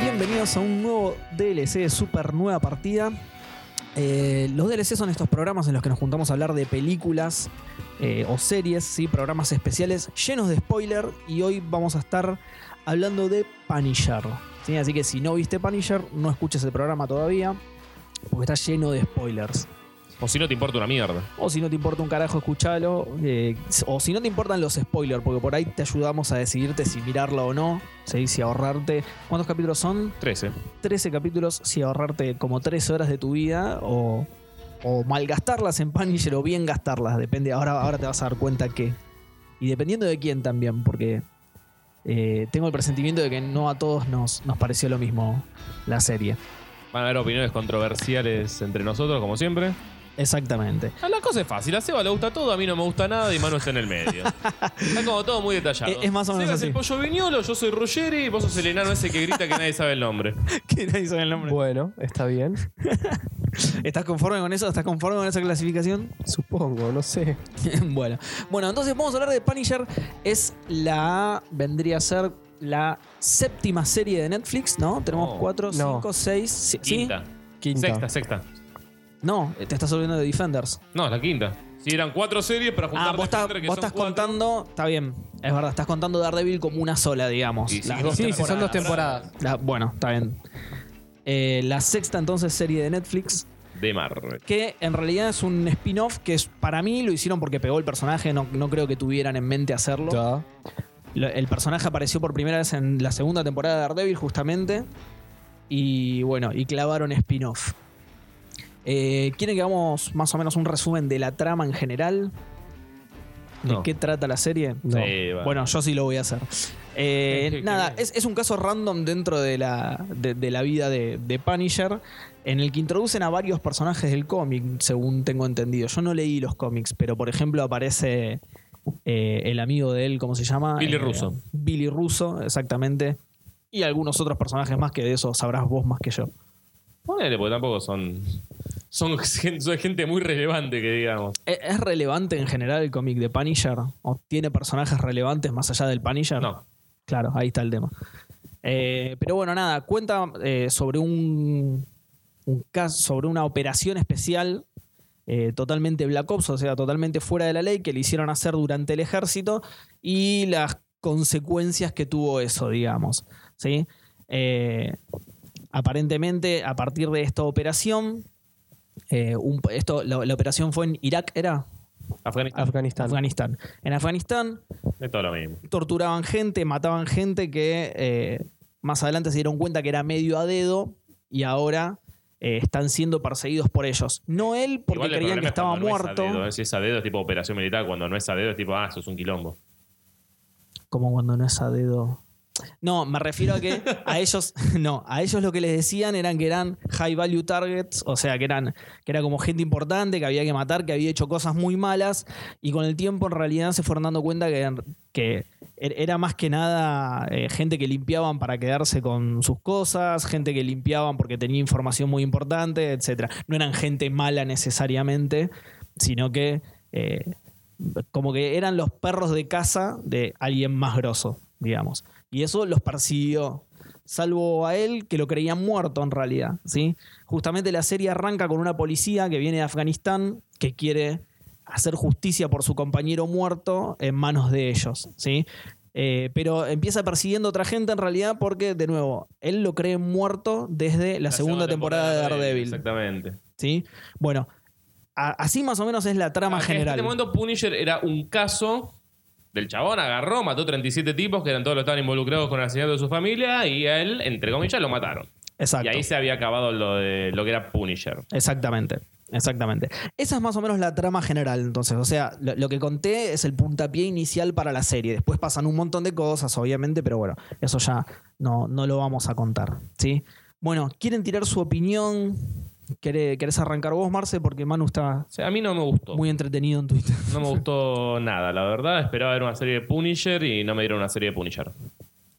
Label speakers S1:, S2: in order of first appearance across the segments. S1: bienvenidos a un nuevo DLC de Super Nueva Partida. Eh, los DLC son estos programas en los que nos juntamos a hablar de películas eh, o series, ¿sí? programas especiales llenos de spoiler y hoy vamos a estar hablando de Punisher. ¿sí? Así que si no viste Punisher, no escuches el programa todavía porque está lleno de spoilers.
S2: O si no te importa una mierda.
S1: O si no te importa un carajo, escuchalo. eh, o si no te importan los spoilers, porque por ahí te ayudamos a decidirte si mirarlo o no, ¿sí? si ahorrarte. ¿Cuántos capítulos son?
S2: 13.
S1: 13 capítulos, si ahorrarte como 3 horas de tu vida o, o malgastarlas en Punisher o bien gastarlas. Depende, ahora, ahora te vas a dar cuenta que. Y dependiendo de quién también, porque eh, tengo el presentimiento de que no a todos nos, nos pareció lo mismo la serie.
S2: Van a haber opiniones controversiales entre nosotros, como siempre.
S1: Exactamente.
S2: Ah, La cosa es fácil. A Seba le gusta todo, a mí no me gusta nada y Manu está en el medio. Está como todo muy detallado.
S1: Es- es más o menos
S2: Seba
S1: así.
S2: es el pollo viñolo, yo soy Ruggeri y vos sos el enano ese que grita que nadie sabe el nombre.
S1: que nadie sabe el nombre.
S3: Bueno, está bien.
S1: ¿Estás conforme con eso? ¿Estás conforme con esa clasificación?
S3: Supongo, no sé.
S1: bueno. bueno, entonces vamos a hablar de Punisher. Es la. vendría a ser la séptima serie de Netflix, ¿no? Tenemos
S2: No.
S1: cuatro,
S3: No.
S1: cinco, seis. si- ¿sí?
S2: Quinta.
S3: Quinta.
S2: Sexta, sexta.
S1: No, te estás olvidando de Defenders.
S2: No, es la quinta. Si eran cuatro series para juntar
S1: Ah, vos estás,
S2: Defender, que
S1: vos
S2: son
S1: estás
S2: cuatro.
S1: contando. Está bien, es verdad, estás contando Daredevil como una sola, digamos.
S2: Y sí,
S1: Las
S2: dos
S1: dos
S3: Sí, sí, son dos
S2: temporadas.
S3: temporadas.
S1: La- bueno, está bien. Eh, la sexta entonces serie de Netflix,
S2: De Marvel.
S1: que en realidad es un spin-off que es, para mí lo hicieron porque pegó el personaje, no, no creo que tuvieran en mente hacerlo.
S3: Ya.
S1: Lo- El personaje apareció por primera vez en la segunda temporada de Daredevil, justamente. Y bueno, y clavaron spin-off. Eh, ¿Quieren que hagamos más o menos un resumen de la trama en general? ¿De
S2: No.
S1: qué trata la serie?
S3: No.
S2: Sí, va.
S1: Bueno, yo sí lo voy a hacer. Eh,
S2: Es que-
S1: nada,
S2: que-
S1: es, es un caso random dentro de la, de, de la vida de, de Punisher, en el que introducen a varios personajes del cómic, según tengo entendido. Yo no leí los cómics, pero por ejemplo aparece eh, el amigo de él, ¿cómo se llama?
S2: Billy
S1: Eh,
S2: Russo.
S1: Billy Russo, exactamente. Y algunos otros personajes más que de eso sabrás vos más que yo.
S2: Ponele, porque tampoco son. Son gen- son gente muy relevante, que digamos.
S1: ¿E- ¿Es relevante en general el cómic de Punisher? ¿O tiene personajes relevantes más allá del Punisher?
S2: No.
S1: Claro, ahí está el tema. Eh, pero bueno, nada, cuenta eh, sobre un, un caso, sobre una operación especial eh, totalmente Black Ops, o sea, totalmente fuera de la ley, que le hicieron hacer durante el ejército y las consecuencias que tuvo eso, digamos. ¿sí? Eh, aparentemente, a partir de esta operación, eh, un- esto, la, la operación fue en Irak, ¿era?
S2: Afganistán.
S3: Afganistán.
S1: Afganistán. En Afganistán
S2: Es todo lo mismo.
S1: torturaban gente, mataban gente que eh, más adelante se dieron cuenta que era medio a dedo y ahora eh, están siendo perseguidos por ellos. No él porque
S2: Igual el
S1: creían que
S2: problema es
S1: estaba
S2: cuando no es a
S1: muerto,
S2: dedo, ¿eh? Si es a dedo es tipo operación militar, cuando no es a dedo es tipo, ah, eso es un quilombo.
S1: como cuando no es a dedo. No, me refiero a que a ellos, no, a ellos lo que les decían eran que eran high value targets, o sea, que eran que era como gente importante, que había que matar, que había hecho cosas muy malas y con el tiempo en realidad se fueron dando cuenta que, que er- era más que nada eh, gente que limpiaban para quedarse con sus cosas, gente que limpiaban porque tenía información muy importante, etcétera. No eran gente mala necesariamente, sino que eh, como que eran los perros de casa de alguien más grosso, digamos. Y eso los persiguió, salvo a él que lo creían muerto en realidad, ¿sí? Justamente la serie arranca con una policía que viene de Afganistán que quiere hacer justicia por su compañero muerto en manos de ellos, ¿sí? Eh, pero empieza persiguiendo a otra gente en realidad porque, de nuevo, él lo cree muerto desde la, segunda, temporada, de Daredevil,
S2: Exactamente.
S1: ¿sí? Bueno, a- así más o menos es la trama
S2: Ah, que En
S1: general.
S2: este momento Punisher era un caso del chabón, agarró, mató 37 tipos que eran todos los que estaban involucrados con el asesinato de su familia y a él, entre comillas, lo mataron.
S1: Exacto.
S2: Y ahí se había acabado lo de lo que era Punisher.
S1: Exactamente, exactamente. Esa es más o menos la trama general, entonces. O sea, lo, lo que conté es el puntapié inicial para la serie. Después pasan un montón de cosas, obviamente, pero bueno, eso ya no, no lo vamos a contar. ¿sí? Bueno, ¿quieren tirar su opinión? ¿Queré- ¿Querés arrancar vos, Marce? Porque Manu está
S2: O sea, a mí no me gustó.
S1: muy entretenido en Twitter.
S2: No me gustó nada, la verdad. Esperaba ver una serie de Punisher y no me dieron una serie de Punisher.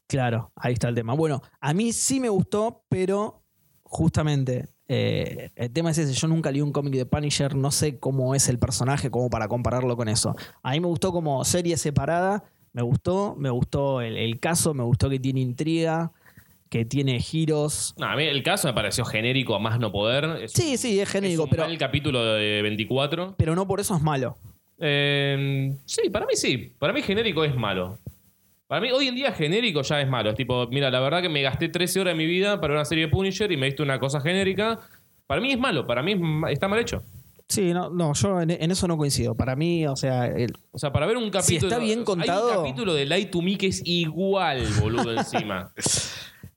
S1: Claro, ahí está el tema. Bueno, a mí sí me gustó, pero justamente eh, el tema es ese. Yo nunca leí un cómic de Punisher, no sé cómo es el personaje como para compararlo con eso. A mí me gustó como serie separada, me gustó, me gustó el, el caso, me gustó que tiene intriga, que tiene giros.
S2: No, a mí el caso me pareció genérico a más no poder. Es
S1: Sí, sí, es genérico, pero,
S2: El capítulo de 24.
S1: pero no por eso es malo.
S2: Eh, sí, para mí sí. Para mí genérico es malo. Para mí hoy en día genérico ya es malo. Es tipo, mira, la verdad que me gasté 13 horas de mi vida para una serie de Punisher y me diste una cosa genérica. Para mí es malo, para mí es ma- está mal hecho.
S1: Sí, no, no yo en, en eso no coincido. Para mí, o sea, el-
S2: O sea, para ver un capítulo.
S1: Si está bien
S2: Hay
S1: contado-
S2: un capítulo de Light to Me que es igual, boludo, encima.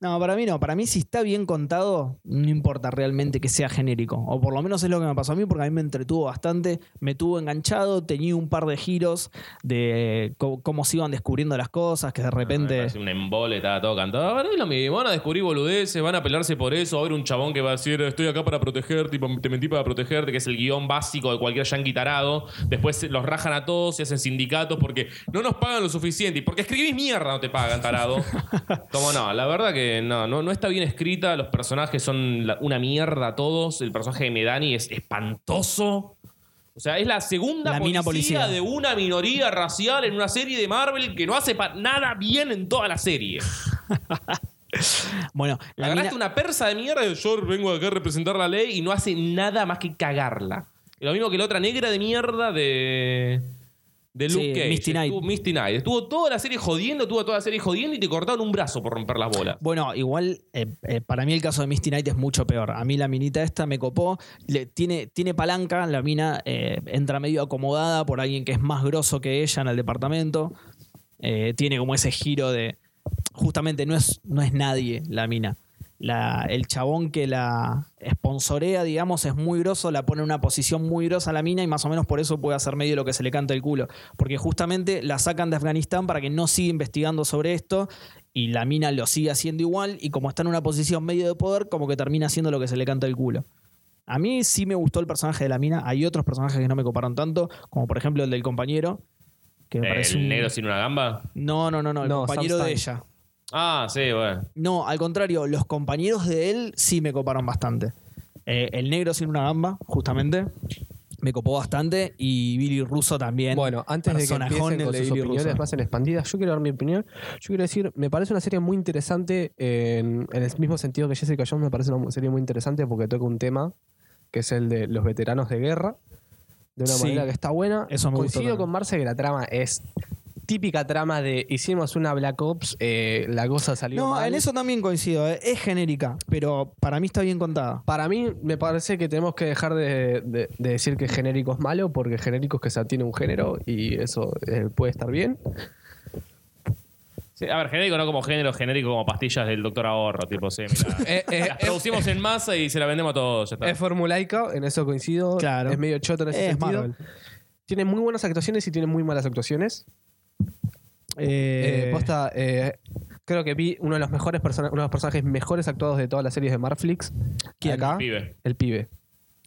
S1: no, para mí no. Para mí, si está bien contado, no importa realmente que sea genérico. O por lo menos es lo que me pasó a mí, porque a mí me entretuvo bastante. Me tuvo enganchado, tenía un par de giros de co- cómo se iban descubriendo las cosas, que de
S2: Ah, Me
S1: repente.
S2: parece un embole, estaba todo cantado. Ahora es lo mismo, van a descubrir boludeces, van a pelearse por eso. Va a haber un chabón que va a decir, estoy acá para protegerte, tipo, te mentí para protegerte, que es el guión básico de cualquier yankee tarado. Después los rajan a todos y hacen sindicatos porque no nos pagan lo suficiente. Y porque escribís mierda no te pagan, tarado. Como no, la verdad que no, no, no está bien escrita. Los personajes son la- una mierda todos. El personaje de Medani es espantoso. O sea, es la segunda
S1: La mina
S2: policía
S1: policía.
S2: de una minoría racial en una serie de Marvel que no hace pa- nada bien en toda la serie.
S1: Bueno, la mina-
S2: Agarraste una persa de mierda y yo vengo acá a representar la ley y no hace nada más que cagarla. Lo mismo que la otra negra de mierda de. De
S1: Sí,
S2: Luke Cage.
S1: Misty Knight.
S2: Estuvo, Misty Knight. Estuvo toda la serie jodiendo, estuvo toda la serie jodiendo y te cortaron un brazo por romper las bolas.
S1: Bueno, igual eh, eh, para mí el caso de Misty Knight es mucho peor. A mí la minita esta me copó. Le, tiene, tiene palanca, la mina eh, entra medio acomodada por alguien que es más grosso que ella en el departamento. Eh, tiene como ese giro de. Justamente no es, no es nadie la mina. La- el chabón que la sponsorea, digamos, es muy grosso, la pone en una posición muy grosa a la mina y más o menos por eso puede hacer medio lo que se le canta el culo. Porque justamente la sacan de Afganistán para que no siga investigando sobre esto y la mina lo sigue haciendo igual y como está en una posición medio de poder, como que termina haciendo lo que se le canta el culo. A mí sí me gustó el personaje de la mina. Hay otros personajes que no me coparon tanto, como por ejemplo el del compañero. Que me parece
S2: ¿El
S1: un-
S2: negro sin una gamba?
S1: No, no, no, no, el
S3: No,
S1: compañero
S3: Sam
S1: de
S3: Stein.
S1: ella.
S2: Ah, sí, bueno.
S1: No, al contrario, los compañeros de él sí me coparon bastante. Eh, el negro sin una gamba, justamente, me copó bastante. Y Billy Russo también.
S3: Bueno, antes de que
S1: Personajón
S3: empiecen
S1: el
S3: con
S1: de
S3: sus
S1: Billy
S3: opiniones
S1: Russo.
S3: más en expandidas, yo quiero dar mi opinión. Yo quiero decir, me parece una serie muy interesante eh, en, en el mismo sentido que Jessica Jones, me parece una serie muy interesante porque toca un tema que es el de los veteranos de guerra, de una
S1: Sí.
S3: manera que está buena.
S1: Eso me gustó
S3: Coincido
S1: también.
S3: con Marce que la trama es típica trama de hicimos una Black Ops, eh, la cosa salió
S1: no,
S3: mal.
S1: en eso también coincido. eh. Es genérica, pero para mí está bien contada.
S3: Para mí, me parece que tenemos que dejar de, de- de decir que genérico es malo, porque genérico es que se atiene a un género y eso eh, puede estar bien.
S2: Sí, a ver, genérico no como género, genérico como pastillas del doctor ahorro, tipo, sí, mira.
S3: Eh, eh,
S2: Las producimos en masa y se las vendemos a todos. ya está.
S3: Es formulaica, en eso coincido.
S1: Claro.
S3: Es medio choto en
S1: Es
S3: ese sentido.
S1: Marvel.
S3: Tiene muy buenas actuaciones y tiene muy malas actuaciones.
S1: Eh,
S3: Eh, posta, eh, creo que vi uno de los mejores persona- uno de los personajes mejores actuados de todas las series de Marflix.
S1: ¿Quién? Eh.
S3: Acá,
S2: El pibe.
S3: El pibe.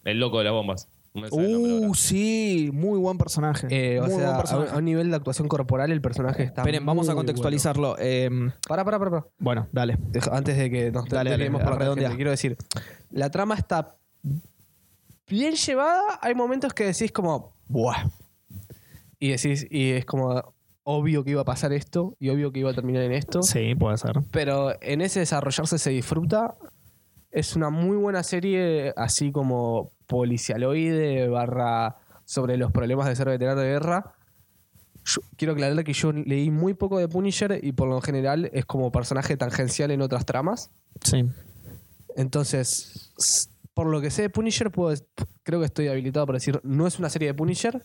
S2: El loco de las bombas. No me sale el nombre ahora.
S1: Uh, sí, muy buen personaje.
S3: Eh, o
S1: muy
S3: sea,
S1: buen
S3: a-
S1: personaje.
S3: a un nivel de actuación corporal el personaje está.
S1: Esperen, vamos
S3: muy
S1: a contextualizarlo. Eh,
S3: Bueno. Pará, pará, pará, pará.
S1: bueno, dale.
S3: Deja- antes de que nos
S1: Dale, dale,
S3: terminemos por la
S1: redondea.
S3: tangente, quiero decir, la trama está bien llevada, hay momentos que decís como, buah. Y decís, y es como obvio que iba a pasar esto y obvio que iba a terminar en esto,
S1: Sí, puede ser.
S3: pero en ese desarrollarse se disfruta. Es una muy buena serie, así como policialoide barra sobre los problemas de ser veterano de guerra. Yo quiero aclarar que yo leí muy poco de Punisher y por lo general es como personaje tangencial en otras tramas.
S1: Sí.
S3: Entonces, s- por lo que sé de Punisher, puedo- creo que estoy habilitado para decir, no es una serie de Punisher,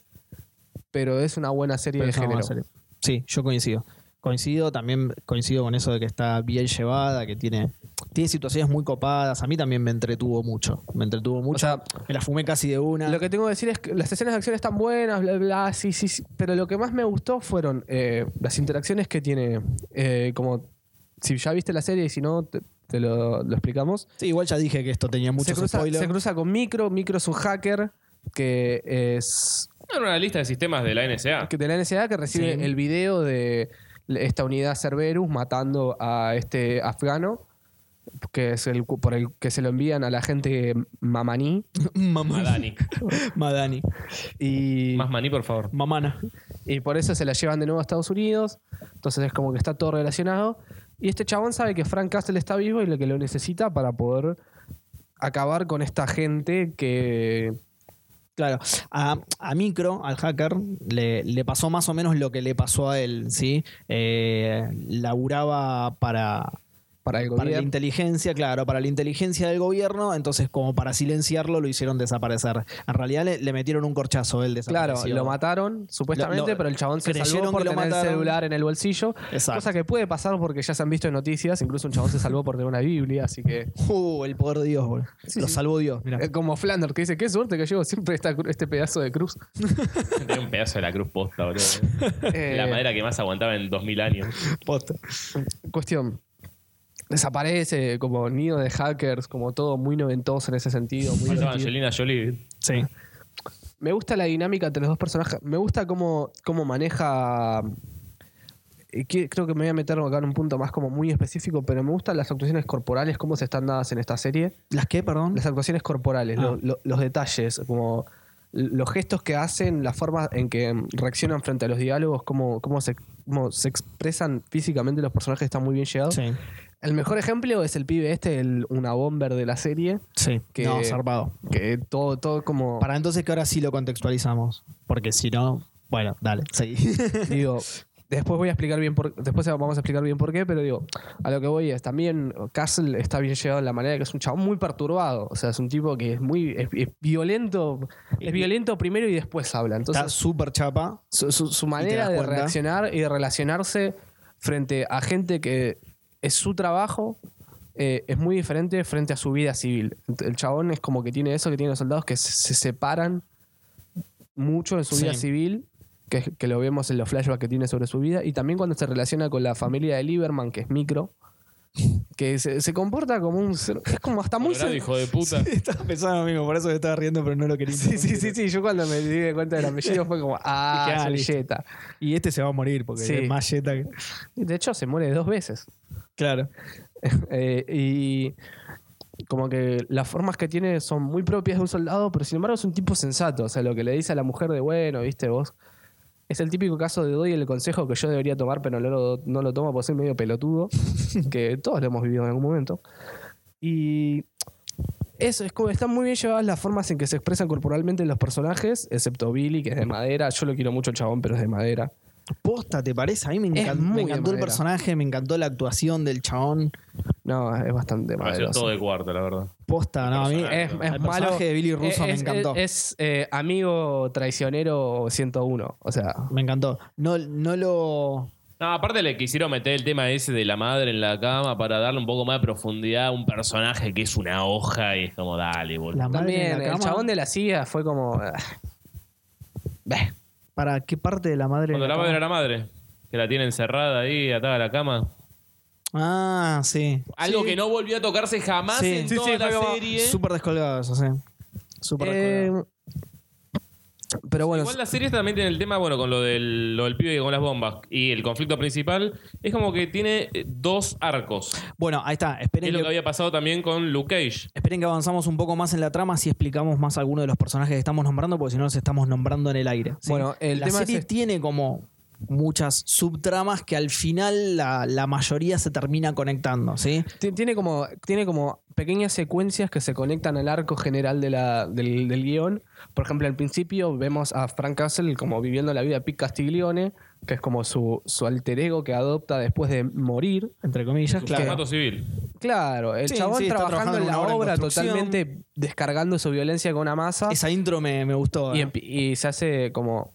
S3: pero es una buena serie
S1: Pero
S3: de
S1: es una
S3: género.
S1: buena serie. Sí, yo coincido. Coincido, también coincido con eso de que está bien llevada, que tiene, tiene situaciones muy copadas. A mí también me entretuvo mucho. Me entretuvo mucho.
S3: sea,
S1: me la fumé casi de una.
S3: Lo que tengo que decir es que las escenas de acción están buenas, bla, bla, sí, sí, sí. Pero lo que más me gustó fueron eh, las interacciones que tiene. eh, como si ya viste la serie y si no, te, te lo, lo explicamos.
S1: Sí, igual ya dije que esto tenía
S3: Se
S1: muchos
S3: cruza,
S1: spoilers.
S3: se cruza con Micro, Micro es un hacker que es
S2: Era una lista de sistemas de la NSA.
S3: que de la NSA que recibe
S1: Sí.
S3: el video de esta unidad Cerberus matando a este afgano que es el cu- por el que se lo envían a la gente mamaní
S1: Mamá,
S2: Madani.
S1: Madani.
S3: y,
S2: Más maní, por favor.
S1: Mamana.
S3: y por eso se la llevan de nuevo a Estados Unidos entonces es como que está todo relacionado Y este chabón sabe que Frank Castle está vivo y lo que lo necesita para poder acabar con esta gente que.
S1: Claro, a, a Micro, al hacker, le, le pasó más o menos lo que le pasó a él, ¿sí? Eh, laburaba para,
S3: Para el
S1: para la
S3: gobierno.
S1: inteligencia, claro, para la inteligencia del gobierno, entonces como para silenciarlo lo hicieron desaparecer. En realidad le, le metieron un corchazo, él
S3: Claro,
S1: desapareció.
S3: lo mataron, supuestamente,
S1: Lo- lo-
S3: pero el chabón se
S1: creyeron
S3: salvó por
S1: que lo
S3: tener el
S1: mataron.
S3: celular en el bolsillo.
S1: Exacto.
S3: Cosa que puede pasar porque ya se han visto en noticias. Incluso un chabón se salvó por tener una Biblia, así que.
S1: Uh, el poder de Dios, boludo.
S3: Sí,
S1: lo
S3: sí.
S1: salvó Dios, mirá.
S3: Eh, Como Flanders, que dice: Qué suerte que llevo siempre esta cru- este pedazo de cruz.
S2: Tenía un pedazo de la cruz posta, boludo.
S3: Eh,
S2: La madera que más aguantaba en 2000 años.
S1: Posta.
S3: Cuestión. Desaparece como nido de hackers, como todo muy noventoso en ese sentido. Muy
S2: Faltaba
S3: divertido.
S2: Angelina Jolie.
S1: Sí.
S3: Me gusta la dinámica entre los dos personajes. Me gusta cómo, cómo maneja. y que- Creo que me voy a meter acá en un punto más como muy específico, pero me gustan las actuaciones corporales, cómo se están dadas en esta serie.
S1: ¿Las qué, perdón?
S3: Las actuaciones corporales,
S1: Ah.
S3: lo- lo- los detalles, como l- los gestos que hacen, la forma en que mm, reaccionan frente a los diálogos, cómo, cómo, se, cómo se expresan físicamente los personajes, está muy bien llegado.
S1: Sí,
S3: El mejor ejemplo es el pibe este, el una bomber de la serie,
S1: sí.
S3: Que-
S1: No, zarpado.
S3: que todo, todo como...
S1: Para entonces que ahora sí lo contextualizamos, porque si no, bueno, dale, seguí.
S3: Digo, después voy a explicar bien por, después vamos a explicar bien por qué, pero digo, a lo que voy es también Castle está bien llegado en la manera que es un chabón muy perturbado, o sea, es un tipo que es muy es, es violento, es violento primero y después habla.
S1: Está
S3: Entonces,
S1: súper chapa.
S3: su, su- su
S1: y te
S3: manera
S1: das
S3: de
S1: cuenta.
S3: reaccionar y de relacionarse frente a gente que es su trabajo eh, es muy diferente frente a su vida civil. Ent- El chabón es como que tiene eso que tienen los soldados que se, se separan mucho en su vida
S1: Sí.
S3: civil, que, que lo vemos en los flashbacks que tiene sobre su vida, y también cuando se relaciona con la familia de Lieberman, que es micro, que se, se comporta como un... ser- Es como hasta Ah, muy...
S2: Colorado,
S3: sen-
S2: hijo de puta.
S1: Estaba pensando amigo, por eso me estaba riendo, pero no lo quería.
S3: Sí, sí, sí, sí, yo cuando me di cuenta del apellido fue como,
S1: Dije,
S3: ah,
S1: ah, listo".
S3: Yeta.
S1: Y este se va a morir porque
S3: Sí.
S1: es más yeta que.
S3: De hecho, se muere dos veces.
S1: Claro.
S3: Eh, y como que las formas que tiene son muy propias de un soldado, pero sin embargo es un tipo sensato. O sea, lo que le dice a la mujer de, bueno, viste vos. Es el típico caso de doy el consejo que yo debería tomar, pero no lo, no lo tomo por ser medio pelotudo, que todos lo hemos vivido en algún momento. Y eso, es como, están muy bien llevadas las formas en que se expresan corporalmente los personajes, excepto Billy, que es de madera. Yo lo quiero mucho, el chabón, pero es de madera.
S1: Posta, ¿te parece? A mí me,
S3: Es
S1: encan-
S3: muy
S1: me
S3: de
S1: encantó el
S3: madera.
S1: personaje, me encantó la actuación del chabón.
S3: No, es bastante
S2: Me pareció
S3: madera.
S2: Ah, todo de cuarto, la verdad.
S1: Posta, no, a mí.
S2: personaje.
S3: Es, es
S1: El
S3: malo.
S1: personaje de Billy Russo me
S3: Es-
S1: encantó.
S3: Es, es, eh, amigo traicionero 101. O sea,
S1: Me encantó. No, no lo.
S2: No, aparte le quisieron meter el tema ese de la madre en la cama para darle un poco más de profundidad a un personaje que es una hoja y es como, dale, boludo.
S1: La madre en
S3: también
S1: la
S3: el
S1: cama.
S3: chabón de la CIA fue como. ah, bah.
S1: ¿Para qué parte de la madre?
S2: Cuando
S1: en la
S2: la madre
S1: cama?
S2: era la madre, que la tiene encerrada ahí, atada a la cama.
S1: Ah, sí.
S2: Algo
S1: Sí.
S2: que no volvió a tocarse jamás
S1: Sí.
S2: en
S1: Sí,
S2: toda
S3: sí,
S2: la
S3: fue como
S2: serie.
S1: Súper descolgado eso, sí. Súper
S3: Eh,
S1: descolgado.
S3: pero bueno,
S2: Igual la serie también tiene el tema, bueno, con lo del, lo del pibe con las bombas y el conflicto principal, es como que tiene eh, dos arcos.
S1: Bueno, ahí está.
S2: Es
S1: Esperen
S2: lo
S1: que,
S2: que había pasado también con Luke Cage.
S1: esperen que avanzamos un poco más en la trama si explicamos más alguno de los personajes que estamos nombrando, porque si no los estamos nombrando en el aire. ¿sí?
S3: Bueno, el
S1: la
S3: tema
S1: serie
S3: es este.
S1: tiene como muchas subtramas que al final la, la mayoría se termina conectando, ¿sí?
S3: ti- tiene como, tiene como pequeñas secuencias que se conectan al arco general de la, del, del guión. Por ejemplo, al principio vemos a Frank Castle como viviendo la vida de Pete Castiglione, que es como su, su alter ego que adopta después de morir.
S1: Entre comillas, Ah,
S2: Su
S1: claro.
S2: formato civil.
S3: Claro, el
S1: Sí,
S3: chabón
S1: sí, está
S3: trabajando,
S1: trabajando
S3: en
S1: en
S3: la
S1: una obra
S3: obra,
S1: en construcción.
S3: totalmente descargando su violencia con una masa
S1: Esa intro me, me gustó.
S3: y,
S1: ¿eh?
S3: empi- y se hace como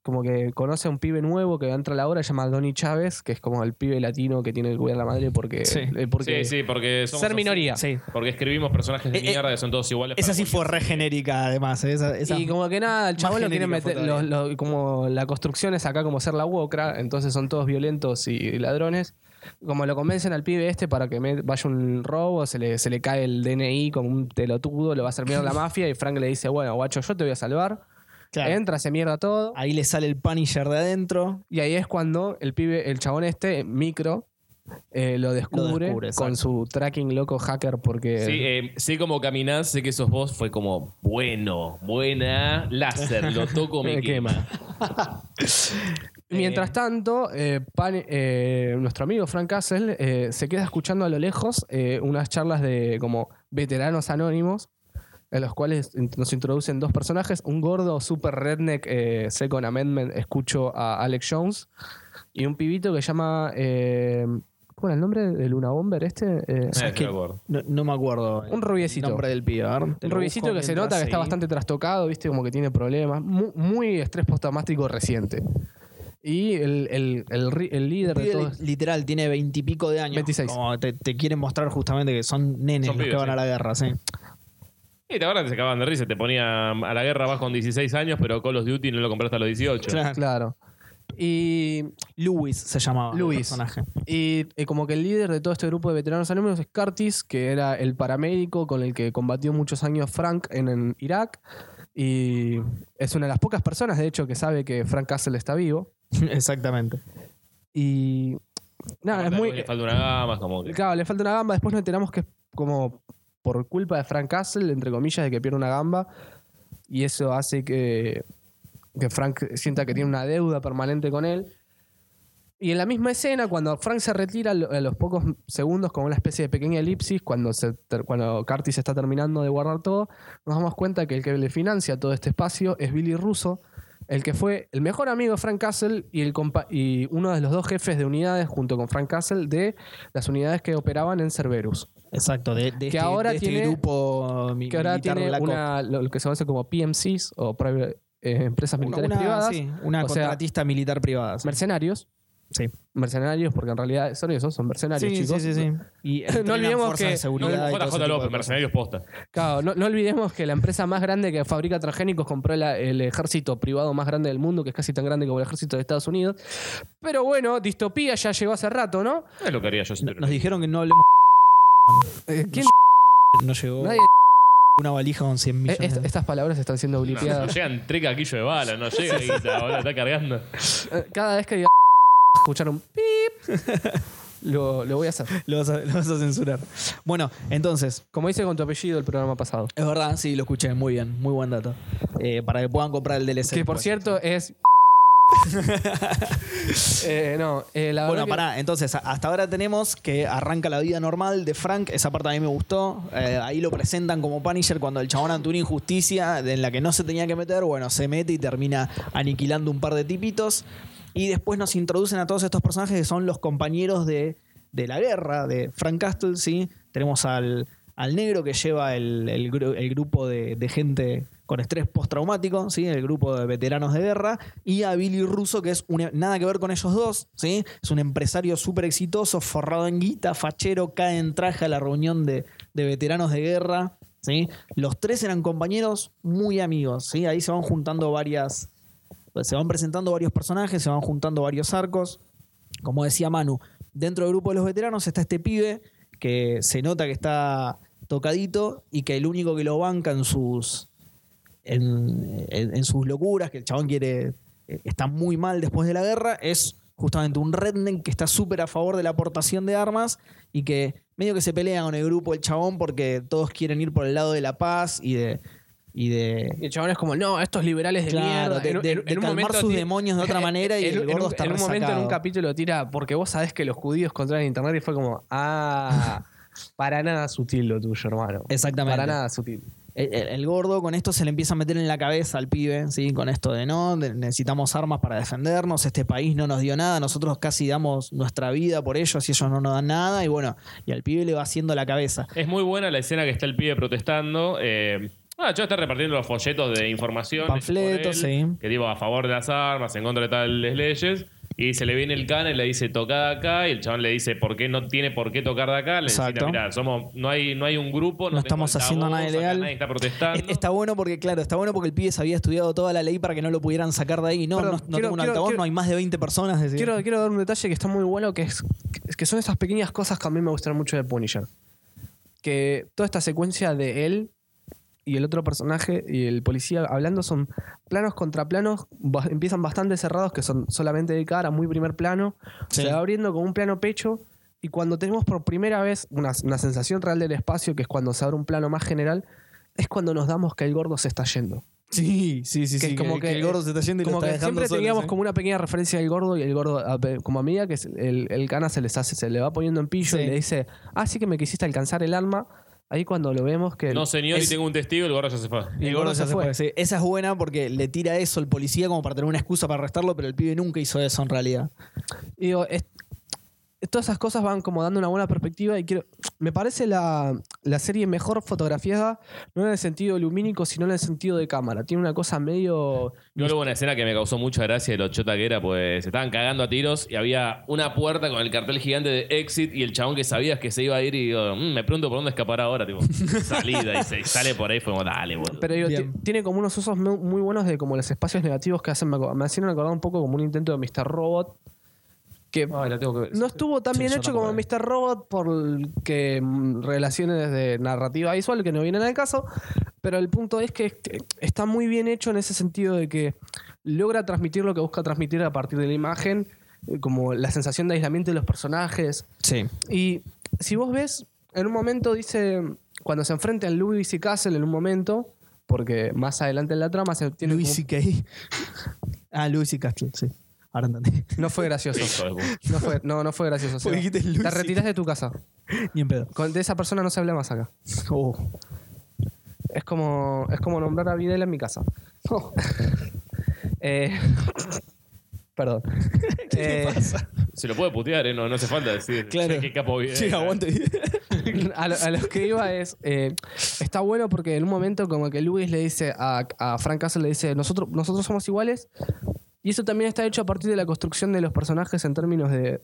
S3: como que conoce a un pibe nuevo que entra a la obra se llama Donny Chávez, que es como el pibe latino que tiene que cuidar a la madre porque,
S1: Sí.
S3: eh, porque
S2: sí, sí, porque somos
S3: ser
S2: así.
S3: minoría.
S1: Sí.
S2: Porque escribimos personajes de
S1: Eh, eh,
S2: mierda que son todos iguales.
S1: Esa
S2: para
S1: sí fue
S2: cualquier-
S1: re genérica, además. ¿eh? Esa, esa-
S3: Y como que nada, el
S1: Más
S3: chabón lo quiere
S1: genérica
S3: meter.
S1: fue todavía.
S3: los- los- como la construcción es acá como ser la Wokra, entonces son todos violentos y ladrones. Como lo convencen al pibe este para que me- vaya un robo, se le, se le cae el DNI como un telotudo, lo va a hacer mierda la mafia. Y Frank le dice: Bueno, guacho, yo te voy a salvar.
S1: claro.
S3: Entra, se mierda todo.
S1: Ahí le sale el Punisher de adentro.
S3: Y ahí es cuando el pibe, el chabón este, micro, eh, lo descubre,
S1: descubre,
S3: con
S1: exacto.
S3: su tracking loco hacker porque.
S2: Sí, eh, sé cómo caminás, sé que sos vos. Fue como, bueno, buena, láser, lo toco, me
S3: Me
S2: quema.
S3: Mientras
S1: Eh.
S3: tanto, eh, Pan- eh, nuestro amigo Frank Castle eh, se queda escuchando a lo lejos eh, unas charlas de como veteranos anónimos, en los cuales in- nos introducen dos personajes, un gordo super redneck eh, Second Amendment, escucho a Alex Jones, y un pibito que llama... eh, ¿Cómo era el nombre del Luna Bomber este? Eh,
S1: ¿Sabes
S2: estoy
S1: qué?
S2: de acuerdo.
S1: No, no me acuerdo. el-
S3: Un rubiecito.
S1: El nombre del pibe. a ver, Eh, te
S3: un
S1: lo
S3: rubicito
S1: busco
S3: que se
S1: mientras
S3: nota que está
S1: seguí.
S3: bastante trastocado, viste, como que tiene problemas. Muy, muy estrés postraumático reciente. Y el, el- el ri- el líder de
S1: Pibe
S3: todo
S1: li- literal, tiene veintipico de años.
S3: 26.
S1: Como te, te quieren mostrar justamente que son nenes
S2: Son
S1: los
S2: pibes,
S1: que van
S2: sí.
S1: a la guerra, sí.
S2: Y te ahora te sacaban de risa, te ponía a la guerra vas con 16 años, pero Call of Duty no lo compraste a los 18.
S1: Claro.
S3: Claro. Y,
S1: Luis se llamaba. el
S3: Luis.
S1: personaje.
S3: y, eh, como que el líder de todo este grupo de veteranos anónimos es Curtis, que era el paramédico con el que combatió muchos años Frank en, en Irak. Y es una de las pocas personas, de hecho, que sabe que Frank Castle está vivo.
S1: Exactamente.
S3: Y. Nada, es
S2: Aparte,
S3: muy.
S2: Le falta una gama, es como que-
S3: Claro, le falta una gamba. Después nos enteramos que es como por culpa de Frank Castle, entre comillas, de que pierde una gamba. Y eso hace que, que Frank sienta que tiene una deuda permanente con él. Y en la misma escena, cuando Frank se retira lo- a los pocos segundos, como una especie de pequeña elipsis, cuando, se ter- cuando Curtis está terminando de guardar todo, nos damos cuenta que el que le financia todo este espacio es Billy Russo, el que fue el mejor amigo de Frank Castle y, el compa- y uno de los dos jefes de unidades, junto con Frank Castle, de las unidades que operaban en Cerberus.
S1: Exacto. De, de
S3: Que
S1: este,
S3: ahora
S1: de este
S3: tiene-
S1: grupo mi-
S3: Que ahora
S1: militar
S3: tiene
S1: Black Ops.
S3: una, lo lo que se conoce como PMCs o private- eh, empresas
S1: Una-
S3: militares
S1: una-
S3: privadas,
S1: sí, una
S3: o sea,
S1: contratista militar privada. sí.
S3: mercenarios.
S1: Sí.
S3: Mercenarios, porque en realidad son esos, son mercenarios,
S1: Sí,
S3: chicos.
S1: sí, sí, sí. Y entrenan
S3: olvidemos
S1: fuerzas
S3: que-
S1: de
S2: No,
S1: seguridad y todo ese
S2: JJ
S1: tipo de
S2: López,
S1: cosas.
S2: mercenarios posta.
S3: Claro, no, no olvidemos que la empresa más grande que fabrica transgénicos compró la- el ejército privado más grande del mundo, que es casi tan grande como el ejército de Estados Unidos. Pero bueno, distopía ya llegó hace rato, ¿no?
S2: Es lo que haría yo si tuviera-
S1: Nos dijeron que no hablemos.
S3: Eh, ¿quién-
S1: No llegó
S3: nadie-
S1: una valija con 100
S3: Eh,
S1: millones.
S3: est- estas palabras están siendo
S2: No, no
S3: blipeadas.
S2: llegan tres caquillos de bala, no llega guita, ahora está cargando.
S3: Eh, Cada vez que diga escuchar un pip, lo, lo voy a hacer.
S1: Lo vas, a, lo vas a censurar. Bueno, entonces,
S3: Como hice con tu apellido el programa pasado.
S1: es verdad, sí, lo escuché. Muy bien, muy buen dato. Eh, para que puedan comprar el DLC.
S3: Que por
S1: después.
S3: cierto es. Eh, no, eh, la
S1: Bueno,
S3: verdad que-
S1: pará, entonces a- hasta ahora tenemos que arranca la vida normal de Frank, esa parte a mí me gustó, Eh, ahí lo presentan como Punisher cuando el chabón ante una injusticia de- en la que no se tenía que meter, bueno, se mete y termina aniquilando un par de tipitos y después nos introducen a todos estos personajes que son los compañeros de, de la guerra, de Frank Castle, ¿sí? Tenemos al, al negro que lleva el, el gru- el grupo de, de gente con estrés postraumático, ¿sí? el grupo de veteranos de guerra, y a Billy Russo, que es un- nada que ver con ellos dos, ¿sí? es un empresario súper exitoso, forrado en guita, fachero, cae en traje a la reunión de, de veteranos de guerra. ¿sí? Los tres eran compañeros muy amigos, ¿sí? ahí se van juntando varias, pues, se van presentando varios personajes, se van juntando varios arcos. Como decía Manu, dentro del grupo de los veteranos está este pibe que se nota que está tocadito y que el único que lo banca en sus, en, en- en sus locuras, que el chabón quiere, eh, está muy mal después de la guerra, es justamente un redneck que está súper a favor de la aportación de armas y que medio que se pelea con el grupo el chabón porque todos quieren ir por el lado de la paz y de... Y de
S3: Y el chabón es como, no, estos liberales de
S1: Claro,
S3: mierda.
S1: de, de- de calmar sus
S3: ti-
S1: demonios de otra manera y
S3: en,
S1: el
S3: en
S1: gordo
S3: un-
S1: está
S3: en un momento en
S1: resacado.
S3: un capítulo tira, porque vos sabés que los judíos controlan internet y fue como, ah, para nada sutil lo tuyo, hermano.
S1: Exactamente.
S3: Para nada sutil.
S1: El, el- el gordo con esto se le empieza a meter en la cabeza al pibe, ¿sí? Con esto de no, de- necesitamos armas para defendernos, este país no nos dio nada, nosotros casi damos nuestra vida por ellos y ellos no nos dan nada, y bueno, y al pibe le va haciendo la cabeza.
S2: Es muy buena la escena que está el pibe protestando. eh, ah, yo está repartiendo los folletos de información.
S1: Panfletos,
S2: hechos por él,
S1: sí.
S2: Que digo, a favor de las armas, en contra de tales leyes. Y se le viene el cana y le dice, tocá de acá. Y el chabón le dice, ¿por qué no tiene por qué tocar de acá? Le
S1: Exacto.
S2: dice, mirá, somos, no, hay, no hay un grupo, no,
S1: No
S2: tengo
S1: estamos haciendo
S2: altavoz,
S1: nada
S2: acá
S1: ilegal.
S2: Nadie está protestando.
S1: Es- Está bueno porque, claro, está bueno porque el pibe se había estudiado toda la ley para que no lo pudieran sacar de ahí. No,
S3: Perdón,
S1: no, no
S3: quiero-
S1: tengo un
S3: quiero-
S1: altavoz,
S3: quiero-
S1: no hay más de 20 personas. decía.
S3: Quiero, quiero dar un detalle que está muy bueno, que es que- que son esas pequeñas cosas que a mí me gustan mucho de Punisher. Que toda esta secuencia de él y el otro personaje y el policía hablando son planos contra planos, ba- empiezan bastante cerrados, que son solamente de cara, muy primer plano,
S1: Sí.
S3: se va abriendo con un plano pecho. Y cuando tenemos por primera vez una, una sensación real del espacio, que es cuando se abre un plano más general, es cuando nos damos que el gordo se está yendo.
S1: Sí, sí, sí.
S3: Que
S1: sí
S3: es como que,
S1: el gordo se está yendo y lo
S3: como
S1: está
S3: que
S1: dejando
S3: siempre
S1: solo,
S3: teníamos
S1: ¿sí?
S3: como una pequeña referencia del gordo y el gordo a pe- como a medida que se- el, el cana se les hace se le va poniendo en pillo
S1: Sí.
S3: y le dice ah sí que me quisiste alcanzar el alma ahí cuando lo vemos que
S2: No, señor, y
S3: es-
S2: tengo un testigo, el gorro ya se fue.
S1: Y el gordo ya se fue. sí. Esa es buena porque le tira eso el policía como para tener una excusa para arrestarlo, pero el pibe nunca hizo eso en realidad.
S3: digo, es- todas esas cosas van como dando una buena perspectiva y quiero me parece la, la serie mejor fotografiada no en el sentido lumínico sino en el sentido de cámara tiene una cosa medio
S2: Yo luego una escena que me causó mucha gracia de lo chota que era, pues se estaban cagando a tiros y había una puerta con el cartel gigante de exit y el chabón que sabías que se iba a ir y digo, "Mm, me pregunto por dónde escapar ahora, tipo, salida y se- sale por ahí, fue como, dale, boludo.
S3: Pero digo,
S1: Bien.
S3: ti- tiene como unos usos mu- muy buenos de como los espacios negativos que hacen. Me, aco- me hacían acordar un poco como un intento de Mr. Robot. Que
S2: Ay, la tengo que ver.
S3: no estuvo tan
S1: Sí,
S3: bien
S1: yo
S3: hecho
S1: tampoco
S3: como Mr. Robot por el que mm, relaciones de narrativa visual que no vienen al caso. Pero el punto es que este, está muy bien hecho en ese sentido de que logra transmitir lo que busca transmitir a partir de la imagen, eh, como la sensación de aislamiento de los personajes,
S1: Sí.
S3: y si vos ves, en un momento dice, cuando se enfrentan Lewis y Castle en un momento, porque más adelante en la trama se tiene...
S1: Luis y Kay. Ah, Luis y Castle, sí. Ahora entendí.
S3: como- No fue gracioso. No fue, no, no fue gracioso. Seba.
S1: Porque dijiste Lewis
S3: Te
S1: y-
S3: retirás de tu casa.
S1: Ni en pedo.
S3: Con, de esa persona no se habla más acá.
S1: Oh.
S3: Es como, es como nombrar a Videla en mi casa.
S1: Oh.
S3: Eh, perdón. Eh,
S2: Se lo puede putear, ¿eh? no, no hace falta decir.
S1: Claro.
S2: "Che, Qué capo bien".
S1: Sí, aguante.
S3: a, lo, a lo que iba es. eh, está bueno porque en un momento, como que Lewis le dice a, a Frank Castle, le dice: nosotros, nosotros somos iguales. Y eso también está hecho a partir de la construcción de los personajes en términos de.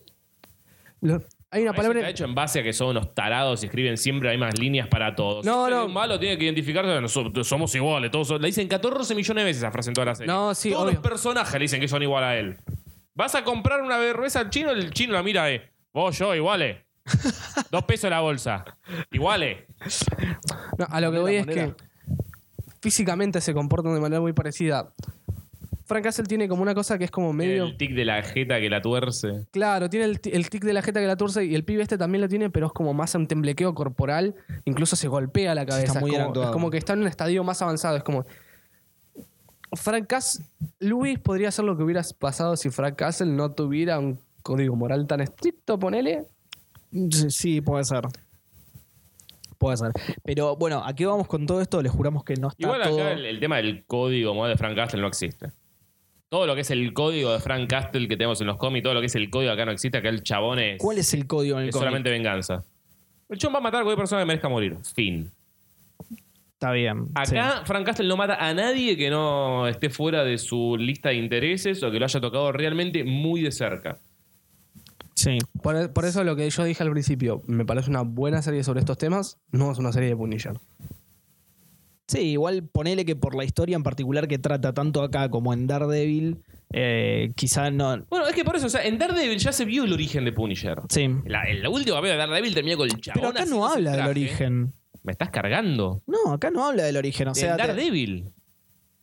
S3: lo- hay una
S2: Eso Está
S3: palabra.
S2: hecho en base a que son unos tarados y escriben siempre hay más líneas para todos.
S3: No,
S2: Si hay
S3: no.
S2: un malo tiene que identificarse. Nosotros somos iguales, todos son- Le dicen 14 millones de veces esa frase en toda la serie.
S3: No, sí,
S2: todos
S3: obvio.
S2: los personajes le dicen que son igual a él. Vas a comprar una cerveza al chino, el chino la mira, eh. Vos, yo, iguales. Dos pesos la bolsa. Iguales.
S3: no, a lo que voy es
S1: moneda.
S3: que. Físicamente se comportan de manera muy parecida. Frank Castle tiene como una cosa que es como medio.
S2: El tic de la jeta que la tuerce.
S3: Claro, tiene el, ti- el tic de la jeta que la tuerce y el pibe este también lo tiene, pero es como más un temblequeo corporal. Incluso se golpea la cabeza.
S1: está muy
S3: es,
S1: bien
S3: como,
S1: actuado.
S3: es como que está en un estadio más avanzado. Es como. Frank Castle. Luis podría ser lo que hubiera pasado si Frank Castle no tuviera un código moral tan estricto, ponele.
S1: Sí, sí, puede ser. Puede ser. Pero bueno, ¿a qué vamos con todo esto? Les juramos que no está
S2: Igual acá
S1: todo...
S2: el, el tema del código moral de Frank Castle no existe. Todo lo que es el código de Frank Castle que tenemos en los cómics, todo lo que es el código acá no existe. Acá el chabón es,
S1: ¿Cuál es el código en el
S2: es
S1: cómic?
S2: solamente venganza. El chabón va a matar a cualquier persona que merezca morir. Fin.
S1: Está bien.
S2: Acá Frank Castle no mata a nadie que no esté fuera de su lista de intereses o que lo haya tocado realmente muy de cerca.
S1: Sí. sí.
S3: Por, por eso lo que yo dije al principio, me parece una buena serie sobre estos temas, no es una serie de Punisher.
S1: Sí, igual ponele que por la historia en particular que trata tanto acá como en Daredevil, eh, quizá no.
S2: Bueno, es que por eso, o sea, en Daredevil ya se vio el origen de Punisher.
S1: Sí.
S2: La, en la última vez de Daredevil termina con el chabón.
S1: Pero acá no
S2: haciéndose
S1: habla del
S2: traje.
S1: origen.
S2: Me estás cargando.
S1: No, acá no habla del origen. O sea,
S2: en
S1: te-
S2: Daredevil.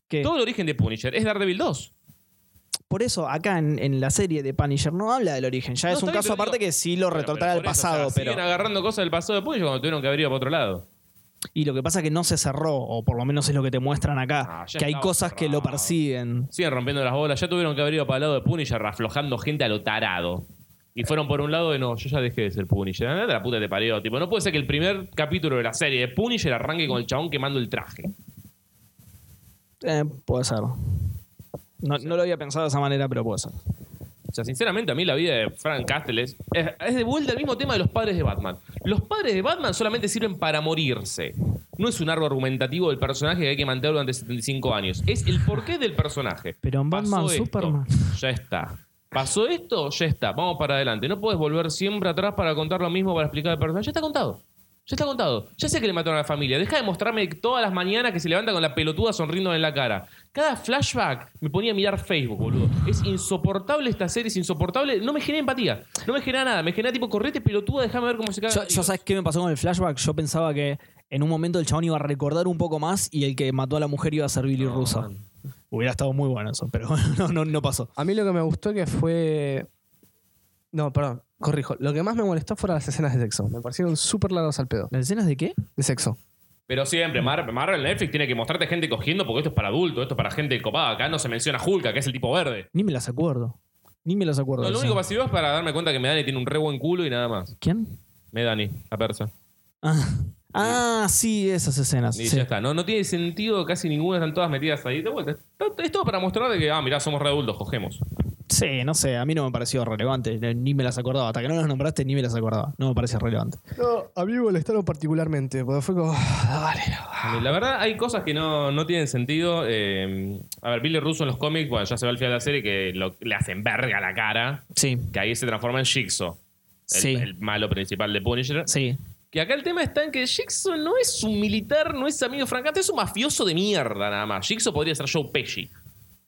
S1: que-
S2: Todo el origen de Punisher es Daredevil 2.
S1: por eso acá en, en la serie de Punisher no habla del origen. Ya
S2: No,
S1: es un
S2: está bien,
S1: caso
S2: pero
S1: aparte
S2: digo-
S1: que sí lo
S2: Bueno,
S1: retortara al
S2: pero por eso,
S1: pasado,
S2: o sea,
S1: pero.
S2: Siguen agarrando cosas del pasado de Punisher cuando tuvieron que haber ido para otro lado.
S1: Y lo que pasa es que no se cerró, o por lo menos es lo que te muestran acá,
S2: Ah, ya
S1: que hay
S2: estaba
S1: cosas que lo
S2: cerrado.
S1: persiguen.
S2: Siguen rompiendo las bolas. Ya tuvieron que haber ido para el lado de Punisher, aflojando gente a lo tarado. Y fueron por un lado de no, yo ya dejé de ser Punisher. Andate a la puta te parió. Tipo, no puede ser que el primer capítulo de la serie de Punisher arranque con el chabón quemando el traje.
S1: Eh, puede ser. No, no lo había pensado de esa manera, pero puede ser.
S2: O sea, sinceramente, a mí la vida de Frank Castle es, es, es de vuelta el mismo tema de los padres de Batman. Los padres de Batman solamente sirven para morirse. No es un arco argumentativo del personaje que hay que mantener durante 75 años. Es el porqué del personaje.
S1: Pero en Batman,
S2: esto,
S1: Superman.
S2: Ya está. Pasó esto, ya está. Vamos para adelante. No puedes volver siempre atrás para contar lo mismo, para explicar el personaje. Ya está contado. Ya está contado. Ya sé que le mataron a la familia. Deja de mostrarme todas las mañanas que se levanta con la pelotuda sonriendo en la cara. Cada flashback me ponía a mirar Facebook, boludo. Es insoportable esta serie, es insoportable. No me genera empatía. No me genera nada. Me genera tipo, correte pelotuda, déjame ver cómo se cae.
S1: Yo, yo, ¿sabes qué me pasó con el flashback? Yo pensaba que en un momento el chabón iba a recordar un poco más y el que mató a la mujer iba a ser Billy Russo. Hubiera estado muy bueno eso, pero bueno, no, no, no pasó.
S3: A mí lo que me gustó que fue. No, perdón, corrijo. Lo que más me molestó fueron las escenas de sexo. Me parecieron súper largas al pedo.
S1: ¿Las escenas de qué?
S3: De sexo.
S2: Pero siempre, Mar- Marvel Netflix tiene que mostrarte gente cogiendo porque esto es para adultos, esto es para gente copada. Acá no se menciona Hulk, que es el tipo verde.
S1: Ni me las acuerdo. Ni me las acuerdo.
S2: No,
S1: de
S2: lo
S1: eso.
S2: único pasivo es para darme cuenta que Medani tiene un re buen culo y nada más.
S1: ¿Quién?
S2: Medani, la persa.
S1: Ah, ah, sí, esas escenas.
S2: Y
S1: sí.
S2: ya está. No, no tiene sentido casi ninguna, están todas metidas ahí. De vuelta, está- es todo para mostrar de que, ah, mirá, somos re adultos, cogemos.
S1: Sí, no sé, a mí no me pareció relevante, ne- ni me las acordaba. Hasta que no las nombraste, ni me las acordaba. No me parecía relevante.
S3: No, a mí me molestaron particularmente, porque fue como. "Ah, Dale,
S2: A mí, La verdad, hay cosas que no, no tienen sentido. Eh, a ver, Billy Russo en los cómics, bueno, ya se ve al final de la serie que lo- le hacen verga a la cara,
S1: Sí,
S2: que ahí se transforma en Jigsaw, el,
S1: Sí.
S2: el malo principal de Punisher.
S1: sí.
S2: Que acá el tema está en que Jigsaw no es un militar, no es amigo francante, es un mafioso de mierda nada más. Jigsaw podría ser Joe Pesci.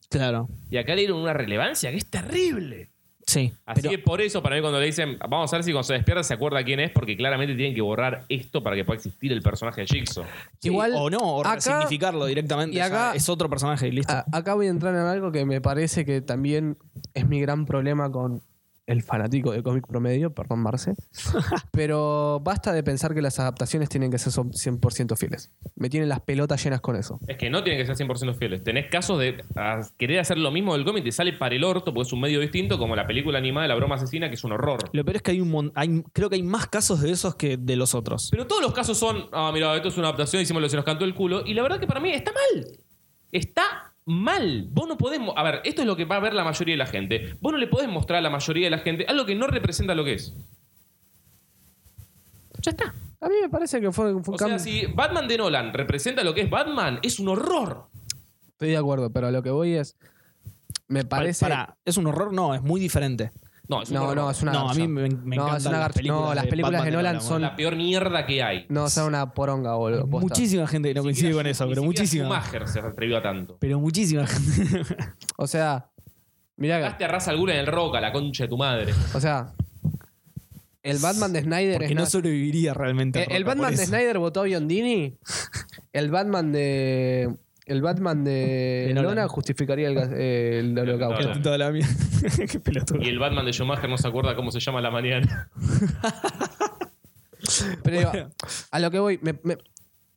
S1: Claro,
S2: Y acá le dieron una relevancia que es terrible.
S1: sí.
S2: Así
S1: pero-
S2: que por eso, para mí, cuando le dicen, vamos a ver si cuando se despierta se acuerda quién es, porque claramente tienen que borrar esto para que pueda existir el personaje de Jigsaw.
S1: sí,
S3: igual,
S1: o no, o
S3: acá-
S1: resignificarlo directamente.
S3: y
S1: ya
S3: acá-
S1: es otro personaje y listo.
S3: A- acá voy a entrar en algo que me parece que también es mi gran problema con el fanático de cómic promedio, perdón Marce, pero basta de pensar que las adaptaciones tienen que ser so- 100% fieles. Me tienen las pelotas llenas con eso.
S2: Es que no tienen que ser 100% fieles. Tenés casos de ah, querer hacer lo mismo del cómic, te sale para el orto porque es un medio distinto, como la película animada de La Broma Asesina, que es un horror.
S1: Lo peor es que hay un mon- hay- creo que hay más casos de esos que de los otros.
S2: Pero todos los casos son, ah, mira, esto es una adaptación, hicimos lo que se nos cantó el culo. Y la verdad que para mí está mal. Está mal. Vos no podés. mo- A ver, esto es lo que va a ver la mayoría de la gente. Vos no le podés mostrar a la mayoría de la gente algo que no representa lo que es. Ya está.
S3: A mí me parece que fue, fue un
S2: O sea,
S3: cambio-
S2: si Batman de Nolan representa lo que es Batman, es un horror.
S3: Estoy de acuerdo, pero a lo que voy es... Me
S1: Pa-
S3: parece...
S1: Pará, ¿es un horror, no, es muy diferente.
S2: No, es un
S3: no,
S2: horror.
S3: no, es una...
S1: no, a
S3: garcha.
S1: mí me, me
S3: No,
S1: encantan
S3: es una
S1: las
S3: garcha.
S1: películas
S3: No, las
S1: de
S3: películas de
S1: Batman
S3: Nolan
S1: Nolan,
S3: son...
S2: la peor mierda que hay.
S3: No, son una poronga, boludo. posta.
S1: Muchísima gente que no coincide con eso, pero muchísima.
S2: Schumacher se atrevió a tanto.
S1: Pero muchísima gente.
S3: O sea, mirá,
S2: Pegaste a raza alguna en el roca, la concha de tu madre.
S3: o sea... El Batman de Snyder
S1: Porque
S3: es
S1: no
S3: nazi.
S1: sobreviviría realmente.
S3: Eh, el
S1: Roca,
S3: Batman
S1: por
S3: de
S1: eso.
S3: Snyder votó a Biondini. El Batman de. El Batman de,
S1: De
S3: Lona
S1: Nolan.
S3: justificaría el, gas- eh, el holocausto.
S1: El atentado a la mierda. Qué pelotudo.
S2: Y el Batman de Schumacher no se acuerda cómo se llama a la mañana.
S3: Pero digo,
S1: Bueno.
S3: a lo que voy, me, me-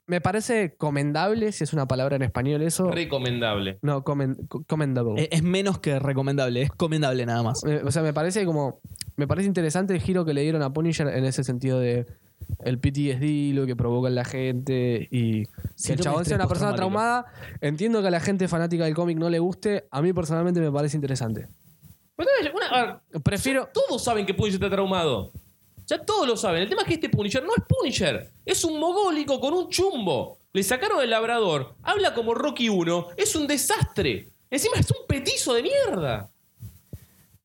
S3: me parece comendable, si es una palabra en español eso.
S2: Recomendable.
S3: No, comen- co- commendable.
S1: E-, Es, es menos que recomendable, es comendable nada más.
S3: Eh, o sea, me parece como. Me parece interesante el giro que le dieron a Punisher en ese sentido de el PTSD, lo que provoca en la gente y que el
S1: Síndrome de
S3: chabón sea
S1: estrés
S3: una persona
S1: postraumático.
S3: traumada. Entiendo que a la gente fanática del cómic no le guste. A mí personalmente me parece interesante.
S2: Pero, una- a ver,
S3: Prefiero.
S2: todos saben que Punisher está traumado. Ya todos lo saben. El tema es que este Punisher no es Punisher. Es un mogólico con un chumbo. Le sacaron el labrador. Habla como Rocky 1. Es un desastre. Encima es un petizo de mierda.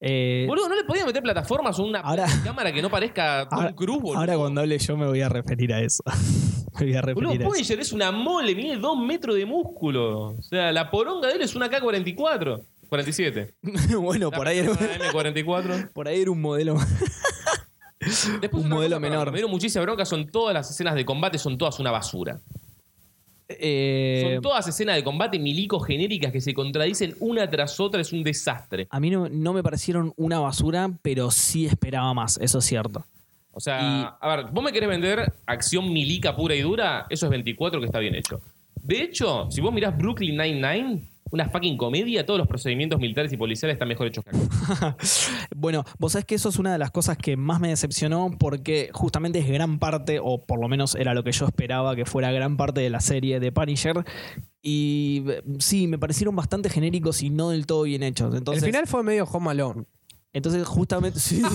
S1: Eh,
S2: Boludo, no le podían meter plataformas o una
S1: Ahora-
S2: cámara que no parezca Tom
S1: ahora,
S2: Cruise, boludo.
S1: ahora cuando hable yo me voy a referir a eso. me voy a
S2: Boludo,
S1: referir a eso.
S2: Punisher es una mole, mide dos metros de músculo. O sea, la poronga de él es una K-44. 47.
S1: bueno, por ahí, era,
S2: Una M44.
S1: por ahí era un modelo más.
S2: Después
S1: Un
S2: una
S1: modelo
S2: cosa, perdón,
S1: menor.
S2: Me dieron muchísima bronca, son todas las escenas de combate, son todas una basura.
S1: Eh,
S2: Son todas escenas de combate milico genéricas que se contradicen una tras otra, es un desastre.
S1: a mí no, no me parecieron una basura, pero sí esperaba más, eso es cierto.
S2: O sea, a ver, vos me querés vender acción milica pura y dura, eso es 24 que está bien hecho. De hecho, si vos mirás Brooklyn Nine-Nine, una fucking comedia, todos los procedimientos militares y policiales están mejor hechos que acá.
S1: Bueno, vos sabés que eso es una de las cosas que más me decepcionó porque justamente es gran parte, o por lo menos era lo que yo esperaba que fuera gran parte de la serie de Punisher. Y eh, sí, me parecieron bastante genéricos y no del todo bien hechos. Entonces,
S3: el final fue medio Home Alone.
S1: entonces justamente... Sí. es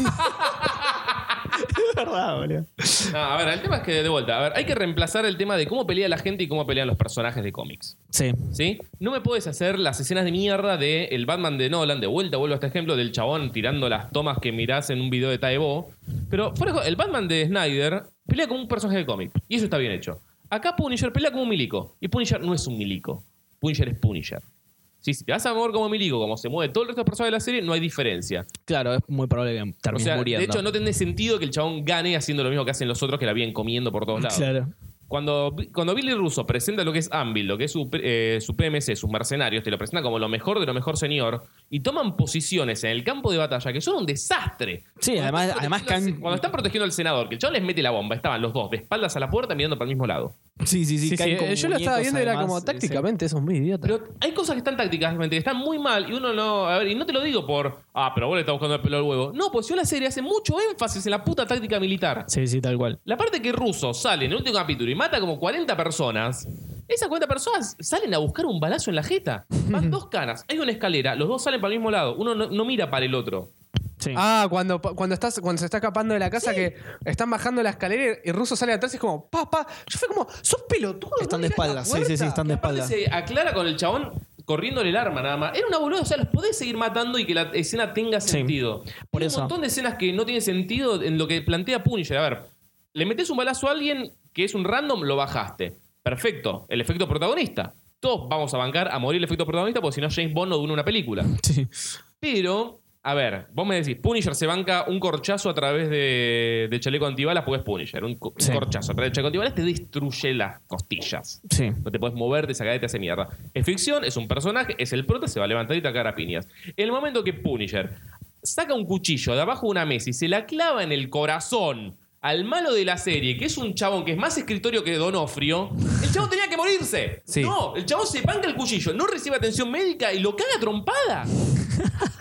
S1: verdad, boludo.
S2: No, a ver, el tema es que, de vuelta, a ver, hay que reemplazar el tema de cómo pelea la gente y cómo pelean los personajes de cómics.
S1: Sí.
S2: ¿Sí? No me puedes hacer las escenas de mierda de el Batman de Nolan, de vuelta vuelvo a este ejemplo, del chabón tirando las tomas que mirás en un video de Taebo. Pero, por ejemplo, el Batman de Snyder pelea como un personaje de cómic. Y eso está bien hecho. Acá Punisher pelea como un milico. Y Punisher no es un milico. Punisher es Punisher. Sí, si te vas a mover como milico, como se mueve todo el resto de personajes de la serie, no hay diferencia.
S1: Claro, es muy probable que
S2: O
S1: termine
S2: sea,
S1: muriendo.
S2: de hecho, no tiene sentido que el chabón gane haciendo lo mismo que hacen los otros que la vienen comiendo por todos lados.
S1: Claro.
S2: Cuando, cuando Billy Russo presenta lo que es Anvil, lo que es su, eh, su PMC, sus mercenarios, te lo presenta como lo mejor de lo mejor señor, y toman posiciones en el campo de batalla que son un desastre.
S1: Sí,
S2: Cuando
S1: además-
S2: están
S1: además
S2: protegiendo-
S1: can-
S2: Cuando están protegiendo al senador, que el chaval les mete la bomba, estaban los dos de espaldas a la puerta mirando para el mismo lado.
S1: Sí, sí, sí.
S3: Sí,
S1: caen
S3: sí, eh,
S1: con
S3: yo lo estaba
S1: muñecos,
S3: viendo y era
S1: además, eh,
S3: como
S1: sí,
S3: tácticamente, eso es muy idiota.
S2: Pero hay cosas que están tácticamente, que están muy mal y uno no. A ver, y no te lo digo por. Ah, pero vos le estás buscando el pelo al huevo. No, pues yo la serie hace mucho énfasis en la puta táctica militar.
S1: Sí, sí, sí, tal cual.
S2: La parte que Russo sale en el último capítulo y mata como 40 personas, esas 40 personas salen a buscar un balazo en la jeta. Van dos caras, hay una escalera, los dos salen para el mismo lado, uno no, no mira para el otro.
S1: Sí.
S3: Ah, cuando, cuando, estás, cuando se está escapando de la casa que están bajando la escalera y Russo sale atrás y es como, papá, yo fui como, sos pelotudo.
S1: Están de
S3: no mirás la
S1: espaldas, sí, sí, sí,
S3: puerta".
S1: están de
S2: Y aparte
S1: espaldas.
S2: se aclara con el chabón corriéndole el arma nada más. Era una boluda, o sea, los podés seguir matando y que la escena tenga
S1: Sí,
S2: sentido.
S1: por
S2: Hay
S1: eso.
S2: un montón de escenas que no tienen sentido en lo que plantea Punisher. A ver, le metes un balazo a alguien que es un random, lo bajaste. Perfecto, el efecto protagonista. Todos vamos a bancar a morir el efecto protagonista porque si no James Bond no dura una película.
S1: Sí.
S2: Pero, a ver, vos me decís, Punisher se banca un corchazo a través de, de chaleco antibalas porque es Punisher. Un, co- un
S1: Sí.
S2: corchazo a través de chaleco antibalas te destruye las costillas.
S1: Sí.
S2: No te puedes mover, te saca y te hace mierda. Es ficción, es un personaje, es el prota, se va a levantar y te va a cagar a piñas. El momento que Punisher saca un cuchillo de abajo de una mesa y se la clava en el corazón al malo de la serie, que es un chabón que es más escritorio que Donofrio, el chabón tenía que morirse.
S3: Sí.
S2: No, el chabón se banca el cuchillo, no recibe atención médica y lo caga a trompada.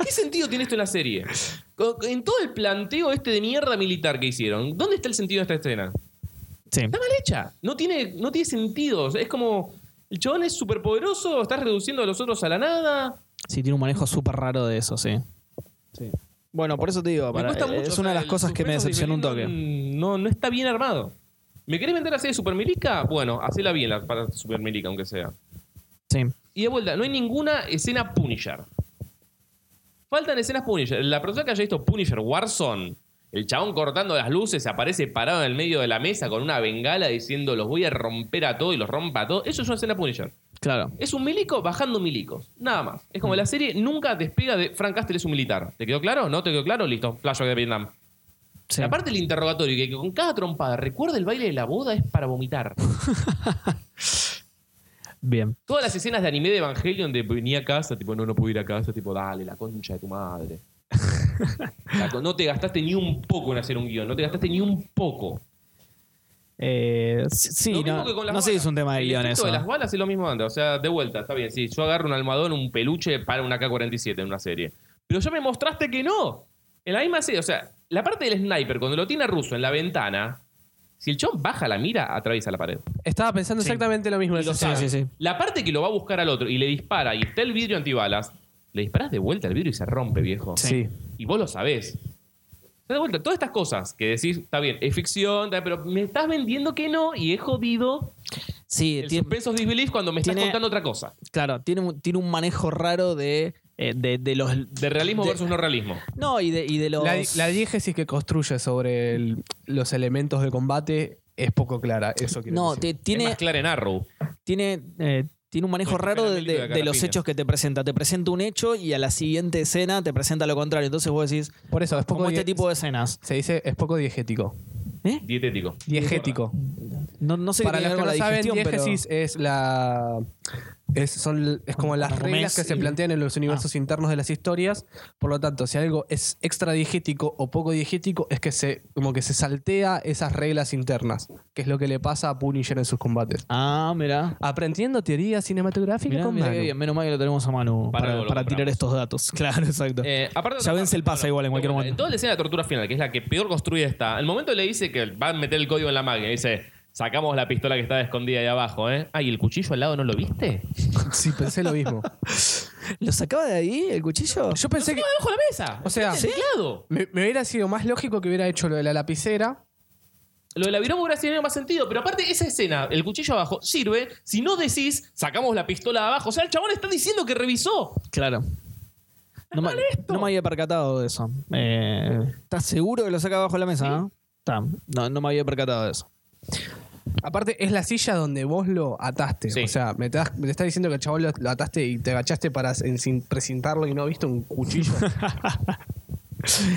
S2: ¿Qué sentido tiene esto en la serie? Co- En todo el planteo este de mierda militar que hicieron, ¿dónde está el sentido de esta escena?
S1: Sí.
S2: Está mal hecha. No tiene, no tiene sentido. O sea, Es como. El chabón es súper poderoso, estás reduciendo a los otros a la nada.
S1: Sí, tiene un manejo súper raro de eso, sí. Bueno, por eso te digo,
S2: Me
S1: para- eh,
S2: cuesta mucho,
S1: es
S2: o sea,
S1: una de las
S2: el
S1: cosas que me
S2: suspenso
S1: decepcionó un toque.
S2: diferente No, no está bien armado. ¿Me querés vender la serie Supermilica? Bueno, hacela bien la para Supermilica, aunque sea.
S1: Sí.
S2: Y de vuelta, no hay ninguna escena Punisher. Faltan escenas Punisher. La persona que haya visto Punisher Warzone, el chabón cortando las luces, aparece parado en el medio de la mesa con una bengala diciendo los voy a romper a todo y los rompa a todo. Eso es una escena Punisher.
S1: Claro.
S2: Es un milico bajando milicos. Nada más. Es como la serie nunca despega de Frank Castle es un militar. ¿Te quedó claro? ¿No te quedó claro? Listo, flashback de Vietnam.
S1: Sí.
S2: Aparte el interrogatorio, que con cada trompada recuerda el baile de la boda, es para vomitar.
S1: Bien.
S2: Todas las escenas de anime de Evangelion de venía a casa, tipo, no, no pude ir a casa, tipo, dale, la concha de tu madre. La con- no te gastaste ni un poco en hacer un guión, no te gastaste ni un poco.
S1: Eh, sí,
S2: Lo mismo
S1: no,
S2: que con las
S1: no sé si
S2: balas.
S1: es un tema de
S2: El
S1: guión
S2: efecto
S1: eso. ¿eh?
S2: de las balas es lo mismo antes. O sea, de vuelta, está bien. Sí, yo agarro un almohadón, un peluche para una K-47 en una serie. Pero ya me mostraste que no. En la misma serie, o sea, la parte del sniper, cuando lo tiene a ruso en la ventana, si el chon baja la mira, atraviesa la pared.
S3: Estaba pensando
S1: Sí.
S3: exactamente lo mismo. en
S2: Y lo
S3: esa
S2: sabe.
S1: sí,
S3: escena.
S1: sí.
S2: La parte que lo va a buscar al otro y le dispara y está el vidrio antibalas, le disparas de vuelta al vidrio y se rompe, viejo.
S1: Sí.
S3: Sí.
S2: Y vos lo sabés. Te das vuelta, todas estas cosas que decís, está bien, es ficción, está bien, pero me estás vendiendo que no y es jodido
S1: Sí,
S2: el
S1: Eh, tiene-
S2: suspenso es disbelief cuando me
S1: tiene-
S2: estás contando otra cosa.
S1: claro, tiene un, tiene un manejo raro de, eh, de, de los...
S2: De realismo
S1: de-
S2: versus no realismo.
S1: No, y de, y de los...
S3: La, la diégesis que construye sobre el- los elementos de combate es poco clara. Eso quiero
S1: no,
S3: decir.
S1: te-
S2: Es
S1: tiene,
S2: más clara en Arrow.
S1: tiene, eh, tiene un manejo
S2: Pues,
S1: raro de,
S2: Caramelo
S1: de-
S2: y la
S1: de los
S2: Carapiña.
S1: hechos que te presenta. Te presenta un hecho y a la siguiente escena te presenta lo contrario. Entonces vos decís,
S3: Por eso, es poco
S1: como este
S3: die-
S1: tipo de escenas.
S3: Se dice, es poco diegético.
S1: ¿Eh?
S2: Dietético.
S3: Diegético.
S1: No, no sé
S3: Para
S1: qué
S3: los
S1: tiene
S3: que
S1: ver
S3: no
S1: con la
S3: saben,
S1: digestión, pero-
S3: diegesis es la. Es, son, es como las
S1: Cuando
S3: reglas
S1: comés
S3: que se
S1: y-
S3: plantean en los universos
S1: Ah.
S3: internos de las historias. Por lo tanto, si algo es extra diegético o poco diegético, es que se, como que se saltea esas reglas internas, que es lo que le pasa a Punisher en sus combates.
S1: Ah, mirá.
S3: Aprendiendo teoría cinematográfica
S1: Mirá,
S3: con
S1: mirá qué
S3: Manu.
S1: bien. Menos mal que lo tenemos a mano
S2: Para
S1: para,
S2: algo lo
S1: para
S2: compramos.
S1: tirar estos datos. Claro, exacto.
S2: Eh, aparte de
S1: Ya
S2: otra
S1: vence el
S2: parte,
S1: pase
S2: bueno,
S1: igual en cualquier
S2: bueno,
S1: momento.
S2: En toda la escena de tortura final, que es la que peor construida está, el momento le dice que va a meter el código en la máquina, dice, sacamos la pistola que estaba escondida ahí abajo, ¿eh? Ah, ¿y el cuchillo al lado no lo viste?
S3: Sí, pensé lo mismo.
S1: ¿Lo sacaba de ahí el cuchillo?
S3: Yo pensé que.
S2: Estaba debajo de la mesa.
S3: O sea,
S2: ¿Sí? lado.
S3: Me, me hubiera sido más lógico que hubiera hecho lo de la lapicera.
S2: Lo de la viroma hubiera tenido más sentido, pero aparte esa escena, el cuchillo abajo, sirve si no decís, sacamos la pistola de abajo. O sea, el chabón está diciendo que revisó.
S1: Claro. No me, no me había percatado de eso. Eh, ¿Estás seguro que lo saca abajo de la mesa? ah? no? Está. No, no me había percatado de eso.
S3: Aparte, es la silla donde vos lo ataste.
S2: Sí.
S3: O sea, me, estás- me estás diciendo que el chabón lo, lo ataste y te agachaste para ensin- precintarlo y no viste un cuchillo.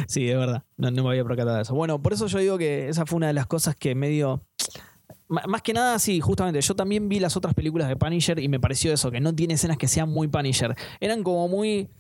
S1: Sí, es verdad. No, no me había percatado de eso. Bueno, por eso yo digo que esa fue una de las cosas que medio. M- Más que nada, sí, justamente. Yo también vi las otras películas de Punisher y me pareció eso, que no tiene escenas que sean muy Punisher. Eran como muy.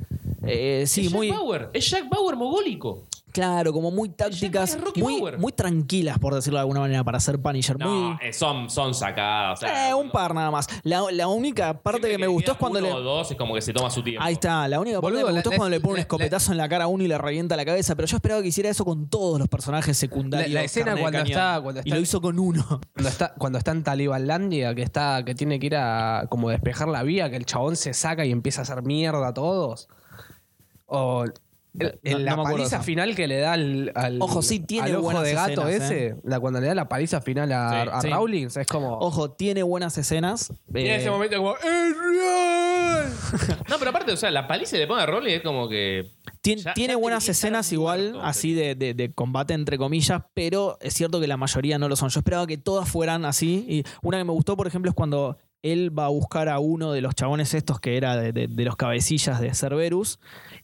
S1: Eh, sí,
S2: es
S1: muy.
S2: Jack Bauer. Es Jack Bauer mogólico.
S1: Claro, como muy tácticas,
S2: es Rocky
S1: muy,
S2: Bauer.
S1: muy tranquilas, por decirlo de alguna manera, para ser Punisher.
S2: No,
S1: muy,
S2: eh, son, son sacadas. o sea,
S1: eh, un par nada más. La, la única parte
S2: siempre
S1: que me gustó
S2: queda
S1: es cuando
S2: uno
S1: le.
S2: o dos es como que se toma su tiempo.
S1: Ahí está, la única parte que
S3: Boludo,
S1: me
S3: la-
S1: gustó es
S3: la-
S1: cuando le pone un
S3: la-
S1: escopetazo en la cara a uno y le revienta la cabeza. Pero yo esperaba que hiciera eso con todos los personajes
S3: La,
S1: secundarios.
S3: la escena
S1: carne de
S3: cuando
S1: cañón.
S3: está, cuando
S1: Y
S3: está,
S1: lo hizo con uno.
S3: cuando está cuando está en Talibanlandia, que está, que tiene que ir a como despejar la vía, que el chabón se saca y empieza a hacer mierda a todos. O el-
S1: No-
S3: el-
S1: no
S3: la
S1: me acuerdo
S3: paliza
S1: eso.
S3: final que le da al, al-
S1: Ojo, sí tiene
S3: al ojo
S1: buenas
S3: de gato
S1: escenas,
S3: ese,
S1: eh.
S3: la cuando le da la paliza final a,
S2: Sí,
S3: a
S1: sí.
S3: Rowling, o sea, es como
S1: Ojo, tiene buenas escenas.
S2: Y en
S1: eh,
S2: ese momento como... "Es real". no, pero aparte, o sea, la paliza que le pone a Rolly es como que...
S1: Tien-
S2: Ya-
S1: tiene
S2: ya
S1: buenas
S2: tenía que estar
S1: escenas igual,
S2: muerto,
S1: así de, de- de combate entre comillas, pero es cierto que la mayoría no lo son. Yo esperaba que todas fueran así. Y una que me gustó, por ejemplo, es cuando él va a buscar a uno de los chabones estos que era de, de- de los cabecillas de Cerberus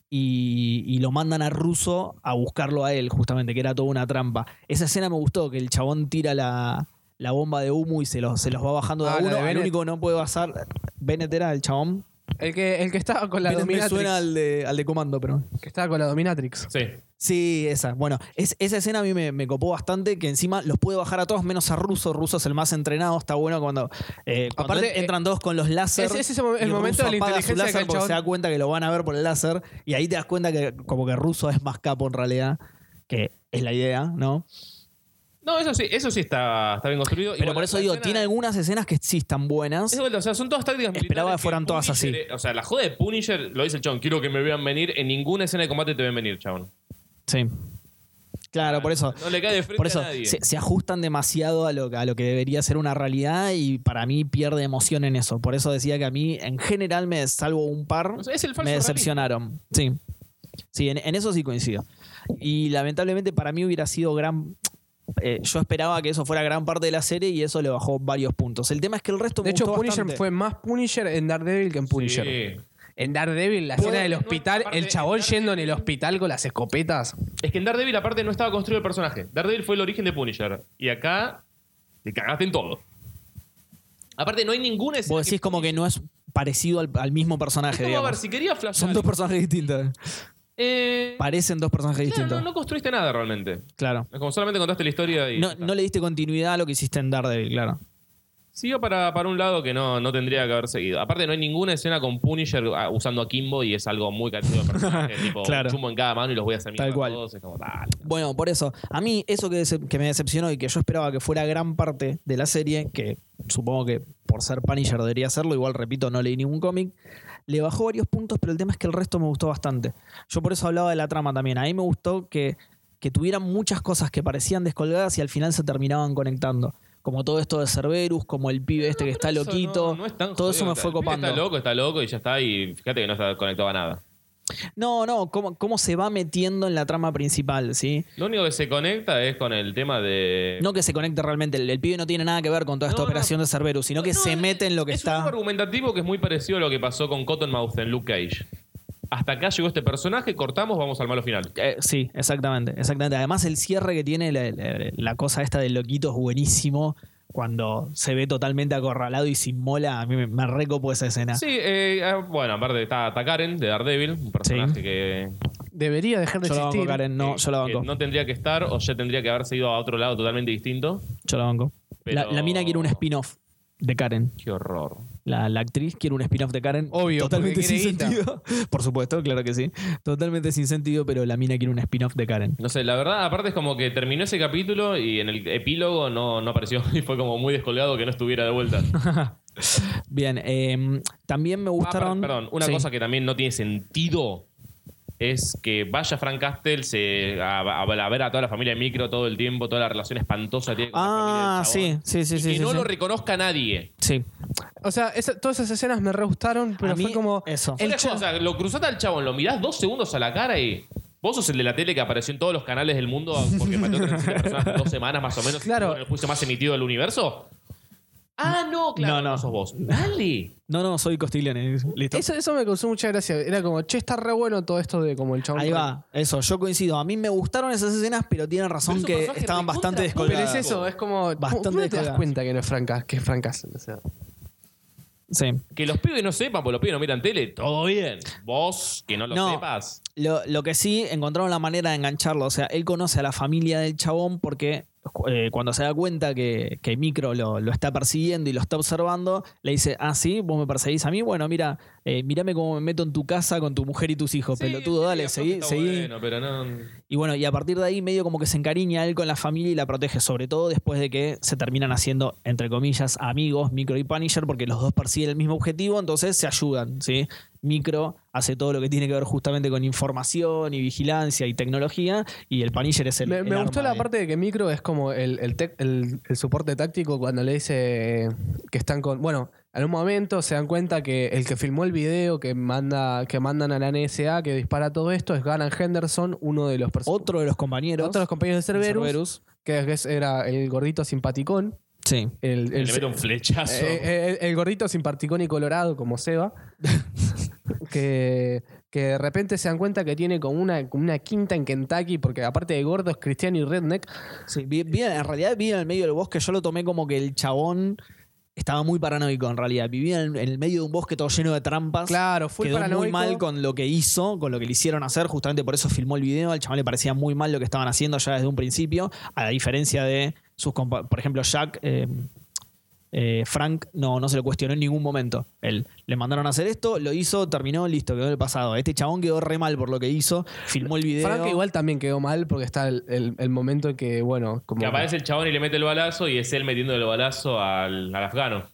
S1: y, y lo mandan a Russo a buscarlo a él, justamente, que era toda una trampa. Esa escena me gustó, que el chabón tira la, la bomba de humo y se los, se los va bajando de a
S3: Ah, la
S1: uno.
S3: de
S1: el
S3: Bennett.
S1: único que no puede pasar... Bennett era el chabón.
S3: el que el que estaba con la
S1: Bennett me
S3: dominatrix,
S1: suena al de, al de comando, pero...
S3: que estaba con la dominatrix.
S2: Sí.
S1: Sí, esa. Bueno, es- esa escena a mí me, me copó bastante, que encima los puede bajar a todos menos a Russo. Russo es el más entrenado, está bueno cuando, eh, cuando
S3: Aparte,
S1: en- entran todos con los láser.
S3: es- es ese mo- el
S1: y
S3: momento
S1: Russo
S3: de la
S1: apaga su
S3: inteligencia
S1: láser
S3: que el
S1: porque
S3: chabón-
S1: se da cuenta que lo van a ver por el láser y ahí te das cuenta que como que Russo es más capo en realidad, que es la idea, ¿no?
S2: No, eso sí, eso sí está, está bien construido. Y
S1: Pero
S2: bueno,
S1: por eso
S2: la
S1: digo,
S2: escena-
S1: tiene algunas escenas que sí están buenas.
S2: Es de vuelta, o sea, son todas tácticas militares
S1: Esperaba que fueran todas
S2: Punisher, eh, O sea, la joda de Punisher, lo dice el chabón, quiero que me vean venir. En ninguna escena de combate te ven venir, chabón.
S1: Sí. Claro, por eso.
S2: No le cae de frente
S1: Por eso
S2: a nadie.
S1: se, se ajustan demasiado a lo, a lo que debería ser una realidad y para mí pierde emoción en eso. Por eso decía que a mí, en general, me salvo un par,
S2: O sea, es el falso
S1: me
S2: realismo.
S1: decepcionaron. Sí, sí en, en eso sí coincido. Y lamentablemente para mí hubiera sido gran... eh, yo esperaba que eso fuera gran parte de la serie y eso le bajó varios puntos. El tema es que el resto
S3: De
S1: me
S3: hecho,
S1: gustó
S3: Punisher
S1: bastante.
S3: fue más Punisher en Daredevil que en Punisher.
S2: Sí.
S3: En Daredevil, la
S2: Puede-
S3: escena del
S2: no,
S3: hospital,
S2: aparte,
S3: el chabón
S2: en
S3: yendo en
S2: Daredevil-
S3: el hospital con las escopetas.
S2: Es que en Daredevil aparte no estaba construido el personaje. Daredevil fue el origen de Punisher. Y acá te cagaste en todo. Aparte no hay ninguna escena
S1: Vos decís como que no es parecido al, al mismo
S2: Es
S1: personaje,
S2: como, a ver,
S1: digamos.
S2: si quería flashear...
S1: Son dos personajes distintos.
S2: Eh,
S1: Parecen dos personajes
S2: claro, no,
S1: distintos.
S2: no construiste nada realmente.
S1: Claro.
S2: Es como solamente contaste la historia y... ya
S1: No,
S2: está.
S1: no le diste continuidad a lo que hiciste en Daredevil, claro.
S2: Siguió para, para un lado que no, no tendría que haber seguido. Aparte, no hay ninguna escena con Punisher ah, usando a Kimbo y es algo muy cansado de personaje. tipo,
S1: Claro.
S2: chumbo en cada mano y los voy a hacer
S1: Tal
S2: mierda a
S1: cual.
S2: todos. Es como, dale.
S1: Bueno, por eso, a mí eso que, decep- que me decepcionó y que yo esperaba que fuera gran parte de la serie, que supongo que por ser Punisher debería serlo, igual repito, no leí ningún cómic, le bajó varios puntos, pero el tema es que el resto me gustó bastante. Yo por eso hablaba de la trama también, a mí me gustó que, que tuvieran muchas cosas que parecían descolgadas y al final se terminaban conectando. Como todo esto de Cerberus, como el pibe este que está
S2: Eso
S1: loquito.
S2: no- no es tan
S1: todo eso
S2: jodido.
S1: me fue
S2: El pibe
S1: copando.
S2: Está loco, está loco y ya está. Y fíjate que no está conectado a nada.
S1: No, no, cómo, cómo se va metiendo en la trama principal, ¿sí?
S2: Lo único que se conecta es con el tema de.
S1: No que se conecte realmente. El, el pibe no tiene nada que ver con toda esta
S2: Eh, No, no.
S1: operación de Cerberus, sino que
S2: No,
S1: se
S2: es-
S1: mete en lo que
S2: es
S1: está.
S2: un argumentativo que es muy parecido a lo que pasó con Cottonmouth en Luke Cage. Hasta acá llegó este personaje, cortamos, vamos al malo final.
S1: Eh, sí, exactamente, exactamente. Además, el cierre que tiene la, la- la cosa esta del loquito es buenísimo. Cuando se ve totalmente acorralado y sin mola, a mí me, me recopo esa escena.
S2: Sí, eh, ah, bueno, aparte está, está Karen de Daredevil, un personaje que,
S3: Debería dejar de
S1: yo la banco,
S3: existir.
S1: Karen, no,
S2: que-
S1: yo la
S2: que
S1: banco.
S2: Eh, no tendría que estar o ya tendría que haberse ido a otro lado totalmente distinto.
S1: yo la banco. La,
S2: Pero-
S1: la mina quiere un spin-off de Karen.
S2: Qué horror.
S1: La, la actriz quiere un spin-off de Karen.
S3: Obvio,
S1: Totalmente
S3: porque
S1: sin
S3: quiere guita.
S1: sentido. Por supuesto, claro que sí. Totalmente sin sentido, pero la mina quiere un spin-off de Karen.
S2: No sé, la verdad, aparte es como que terminó ese capítulo y en el epílogo no, no apareció y fue como muy descolgado que no estuviera de vuelta.
S1: Bien, eh, también me
S2: Ah, per-
S1: gustaron.
S2: perdón, una
S1: Sí.
S2: cosa que también no tiene sentido es que vaya Frank Castle se, a, a- a ver a toda la familia de Micro todo el tiempo, toda la relación espantosa que tiene con
S1: Ah,
S2: la familia
S1: sí,
S2: del chabón.
S1: sí, sí,
S2: Y
S1: sí.
S2: que
S1: sí,
S2: no
S1: sí.
S2: lo reconozca nadie.
S1: Sí.
S3: O sea, esa- todas esas escenas me re gustaron, pero
S1: A mí,
S3: fue como.
S1: eso.
S3: El
S2: Fue lejos,
S3: cha-
S2: o sea, lo cruzaste al chabón, lo mirás dos segundos a la cara y. Vos sos el de la tele que apareció en todos los canales del mundo porque mató a 37 personas en dos semanas más o menos.
S3: Claro.
S2: En el juicio más emitido del universo. Ah, no, claro.
S1: No, no.
S2: sos vos. Dale.
S1: No, no, soy Costiglione. Listo.
S3: Eso, eso me causó mucha gracia. Era como, che, está re bueno todo esto de como el chabón.
S1: Ahí va, eso, yo coincido. A mí me gustaron esas escenas, pero tienen razón
S2: Pero es un
S1: que
S2: personaje
S1: estaban
S2: recontra
S1: bastante
S2: público.
S3: Pero
S1: descolgadas.
S3: es eso, es como. ¿cómo-
S1: Bastante
S3: ¿cómo no te das
S1: descolgado.
S3: cuenta que no es Franca, que es Franca? O sea,
S1: Sí.
S2: Que los pibes no sepan, porque los pibes no miran tele, todo bien. Vos, que no lo
S1: No.
S2: sepas.
S1: Lo, lo que sí, encontraron la manera de engancharlo. O sea, él conoce a la familia del chabón porque eh, cuando se da cuenta que, que Micro lo, lo está persiguiendo y lo está observando, le dice, ah, sí, vos me perseguís a mí. Bueno, mira, eh, mirame cómo me meto en tu casa con tu mujer y tus hijos,
S2: Sí,
S1: pelotudo,
S2: sí,
S1: dale,
S2: capaz que
S1: seguí,
S2: está
S1: seguí.
S2: bueno, pero no-
S1: Y bueno, y a partir de ahí medio como que se encariña él con la familia y la protege, sobre todo después de que se terminan haciendo, entre comillas, amigos, Micro y Punisher, porque los dos persiguen el mismo objetivo, entonces se ayudan, ¿sí? Micro hace todo lo que tiene que ver justamente con información y vigilancia y tecnología, y el Punisher es el...
S3: me
S1: el
S3: me gustó
S1: arma
S3: la
S1: de-
S3: parte de que Micro es como el, el tec- el- el soporte táctico cuando le dice que están con. Bueno, en un momento se dan cuenta que el que filmó el video que manda que mandan a la NSA que dispara todo esto es Garan Henderson, uno de los perso-
S1: Otro de los compañeros...
S3: otro de los compañeros de
S1: de
S3: Cerberus, que es- era el gordito simpaticón.
S1: Sí.
S3: El, el-
S2: Le meto un flechazo.
S3: eh, eh, el, el gordito simpaticón y colorado como Seba, que, que de repente se dan cuenta que tiene como una, como una quinta en Kentucky, porque aparte de gordo es cristiano y redneck.
S1: Sí, vi- vi- en realidad vivía en el medio del bosque. Yo lo tomé como que el chabón estaba muy paranoico en realidad. Vivía en, en el medio de un bosque todo lleno de trampas.
S3: Claro, fue
S1: quedó
S3: paranoico.
S1: muy mal con lo que hizo, con lo que le hicieron hacer. Justamente por eso filmó el video. Al chabón le parecía muy mal lo que estaban haciendo ya desde un principio. A la diferencia de sus compa- Por ejemplo, Jack. eh, eh, Frank no, no se lo cuestionó en ningún momento. Él le mandaron a hacer esto, lo hizo, terminó, listo, quedó en el pasado. Este chabón quedó re mal por lo que hizo, filmó el video.
S3: Frank igual también quedó mal porque está el, el- el momento en que, bueno, como...
S2: Que aparece el chabón y le mete el balazo y es él metiendo el balazo al, al afgano.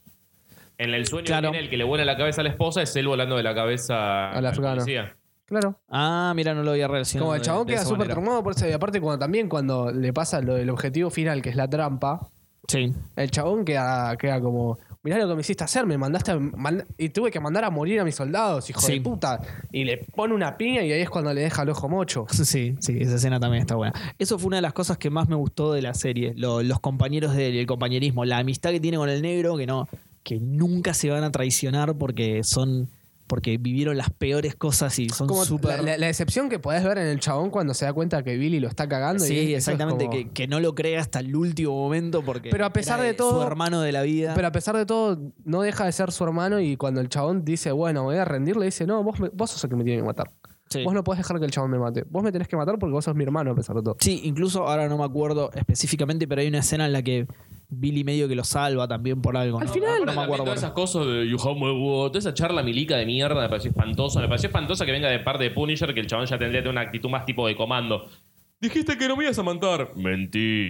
S2: En el sueño
S1: Claro.
S2: que tiene el que le vuela la cabeza a la esposa es él volando de la cabeza
S3: Al afgano.
S2: policía.
S3: Claro.
S1: Ah, mira, no lo había relacionado.
S3: Como el
S1: de-
S3: chabón
S1: de
S3: queda
S1: esa
S3: súper
S1: manera.
S3: traumado por eso. Y aparte cuando, también cuando le pasa lo del objetivo final, que es la trampa,
S1: Sí.
S3: el chabón queda, queda como... Mirá lo que me hiciste hacer, me mandaste a- mand- y tuve que mandar a morir a mis soldados, hijo
S1: Sí.
S3: de puta. Y le pone una piña y ahí es cuando le deja el ojo mocho.
S1: Sí, sí, esa escena también está buena. Eso fue una de las cosas que más me gustó de la serie. lo- los compañeros del el compañerismo, la amistad que tiene con el negro, que no, que nunca se van a traicionar porque son, porque vivieron las peores cosas y son
S3: Como
S1: súper.
S3: la, la- la excepción que podés ver en el chabón cuando se da cuenta que Billy lo está cagando. y eso
S1: Sí,
S3: es
S1: exactamente,
S3: como-
S1: que, que no lo cree hasta el último momento porque
S3: Pero a pesar
S1: era,
S3: de
S1: eh,
S3: todo-
S1: su hermano de la vida.
S3: Pero a pesar de todo, no deja de ser su hermano y cuando el chabón dice, bueno, me voy a rendir, le dice, no, vos, me- vos sos el que me tiene que matar.
S1: Sí.
S3: Vos no podés dejar que el chabón me mate. Vos me tenés que matar porque vos sos mi hermano a pesar de todo.
S1: Sí, incluso ahora no me acuerdo específicamente, pero hay una escena en la que Billy medio que lo salva también por algo.
S3: Al
S1: ¿no?
S3: final-
S1: no,
S2: Ahora
S1: me
S2: también
S1: acuerdo.
S2: todas
S1: por-
S2: esas cosas de You Have My Vote, toda esa charla milica de mierda me pareció espantosa. Me pareció espantosa que venga de parte de Punisher, que el chabón ya tendría que tener una actitud más tipo de comando. Dijiste que no me ibas a matar. Mentí.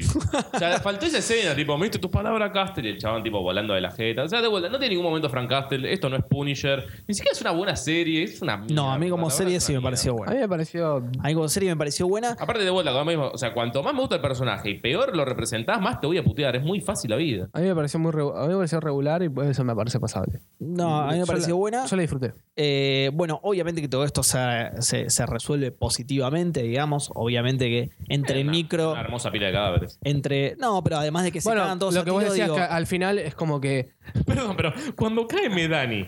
S2: o sea, le faltó esa escena, tipo, me diste tus palabras, Castle, y el chabón, tipo, volando de la jeta. O sea, de vuelta, no tiene ningún momento Frank Castle, esto no es Punisher. Ni siquiera es una buena serie, es una
S1: No, a mí
S2: mierda, la
S1: como
S2: verdad
S1: serie
S2: es
S1: sí
S2: una
S1: me pareció
S3: A
S1: buena.
S3: mí me pareció...
S1: A mí como serie me pareció buena.
S2: Aparte de vuelta, como mismo, o sea, cuanto más me gusta el personaje y peor lo representás, más te voy a putear. Es muy fácil la vida.
S3: A mí me pareció muy regu- a mí me pareció regular y por eso me parece pasable.
S1: No, a mí me
S3: Yo
S1: pareció
S3: la-
S1: buena.
S3: Yo la disfruté.
S1: Eh, bueno, obviamente que todo esto se, se- se resuelve positivamente, digamos. Obviamente que entre
S2: Una-
S1: micro,
S2: Una hermosa pila de cadáveres.
S1: entre. No, pero además de que se
S3: bueno,
S1: cagan todos
S3: lo
S1: a
S3: que vos
S1: tiro,
S3: decías
S1: digo,
S3: que al final es como que...
S2: Perdón, pero cuando cae Medani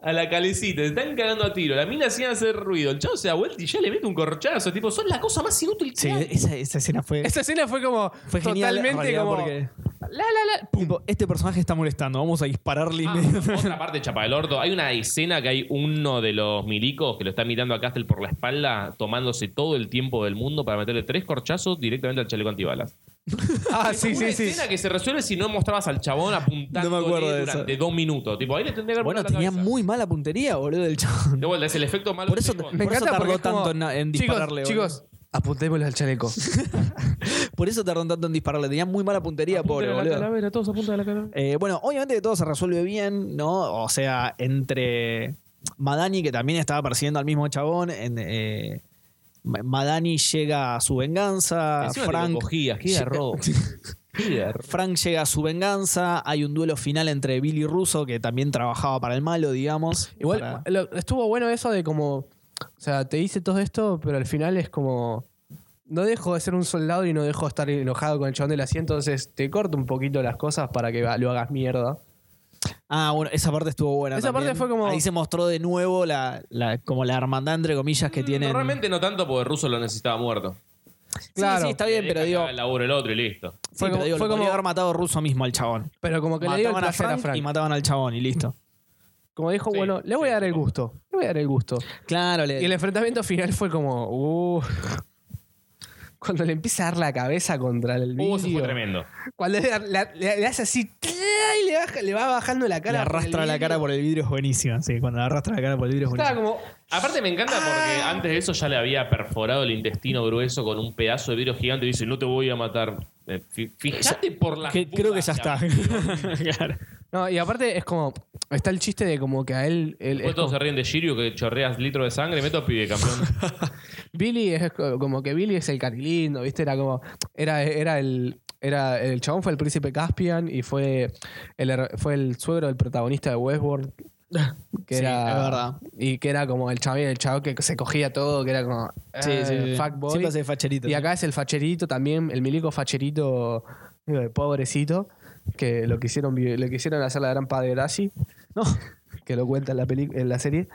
S2: a la calecita, se están cagando a tiro, la mina sin hacer ruido, el chavo se da vuelta y ya le mete un corchazo. Tipo, son la cosa más inútil que
S1: sí, eh,
S2: hay.
S1: esa, esa escena fue.
S3: Esa escena fue como
S1: fue genial. en
S3: totalmente
S1: realidad,
S3: como...
S1: porque,
S3: La, la, la.
S1: tipo, este personaje está molestando, vamos a dispararle
S2: Ah,
S1: inmediatamente.
S2: otra parte, chapa del orto. Hay una escena que hay uno de los milicos que lo está mirando a Castle por la espalda, tomándose todo el tiempo del mundo para meterle tres corchazos directamente al chaleco antibalas.
S3: Ah,
S2: Es
S3: sí,
S2: una
S3: sí, sí.
S2: escena que se resuelve si no mostrabas al chabón apuntando
S1: No me acuerdo de
S2: durante
S1: eso.
S2: dos minutos. Tipo, ahí le tendría que haber
S1: Bueno,
S2: puesto la
S1: tenía
S2: cabeza.
S1: muy mala puntería, boludo, el chabón.
S2: De vuelta, es el efecto malo
S1: Por
S2: del
S1: eso
S2: chaleco.
S1: Por eso tardó
S3: porque es
S1: tanto en- en
S3: "Chicos,
S1: dispararle, boludo".
S3: Chicos, apuntémosle al chaleco.
S1: Por eso tardó tanto en dispararle. Tenía muy mala puntería, pobre,
S2: Apunta a la
S1: boludo.
S2: calavera, todos apuntan a la calavera.
S1: Eh, bueno, obviamente que todo se resuelve bien, ¿no? O sea, entre Madani, que también estaba persiguiendo al mismo chabón, en, eh, Ma- Madani llega a su venganza,
S2: Encima te
S1: Frank,
S2: lo cogías, qué garrobo. Qué garrobo.
S1: Frank llega a su venganza, hay un duelo final entre Billy Russo, que también trabajaba para el malo, digamos.
S3: Igual eh,
S1: para-
S3: lo- estuvo bueno eso de como, o sea, te hice todo esto, pero al final es como, no dejo de ser un soldado y no dejo de estar enojado con el chabón del asiento, entonces te corto un poquito las cosas para que lo hagas mierda.
S1: Ah, bueno, esa parte estuvo buena.
S3: Esa
S1: también.
S3: parte fue como-
S1: Ahí se mostró de nuevo la, la- como la hermandad, entre comillas, que tienen.
S2: No, Mm, realmente no tanto porque Russo lo necesitaba muerto.
S1: Sí,
S3: Claro.
S1: sí, está bien, pero
S2: Le
S1: digo.
S2: cagaba El laburo el otro y listo.
S1: sí,
S3: Fue
S1: pero
S3: como-
S1: digo,
S3: fue
S1: lo podría
S3: como-
S1: haber matado Russo mismo al chabón.
S3: Pero como que le dio el
S1: Mataban a
S3: placer a
S1: Frank,
S3: Frank.
S1: y mataban al chabón y listo.
S3: Como dijo,
S2: Sí,
S3: bueno, le voy
S2: sí,
S3: a dar el
S2: supongo.
S3: gusto. Le voy a dar el gusto.
S1: Claro, le-
S3: Y el enfrentamiento final fue como. Uh, cuando le empieza a dar la cabeza contra el
S2: Uh, eso fue
S3: vidrio.
S2: tremendo.
S3: Cuando le, la- le- le hace así. ¡tla! Y le, baja- le va bajando la
S1: le
S3: cara. por el
S1: arrastra la
S3: vidrio.
S1: cara por el vidrio es buenísimo. Sí, cuando le arrastra la cara por el vidrio es
S3: Estaba
S1: buenísimo.
S3: como.
S2: Aparte me encanta porque antes de eso ya le había perforado el intestino grueso con un pedazo de vidrio gigante y dice, no te voy a matar. Eh, fi- Fíjate por la...
S1: Que- creo que ya está. Claro.
S3: No, y aparte es como. Está el chiste de como que a él. él- es
S2: Después todos
S3: como-
S2: se ríen de Shiryu que chorreas litro de sangre. Meto pibe, campeón.
S3: Billy es co- como que Billy es el carilindo, ¿viste? Era como. Era, era el. Era, el chabón fue el príncipe Caspian y fue el, her- fue el suegro del protagonista de Westworld. Que
S1: Sí,
S3: era,
S1: es verdad.
S3: Y que era como el chabón, el chabón que se cogía todo, que era como.
S1: Sí,
S3: eh,
S1: sí, sí.
S3: fuckboy.
S1: Siempre hace facherito.
S3: Y acá es el facherito también, el milico facherito, digo, de pobrecito, que lo quisieron, vi- le quisieron hacer la gran padre Graci, ¿no? que lo cuenta en la, peli- en la serie.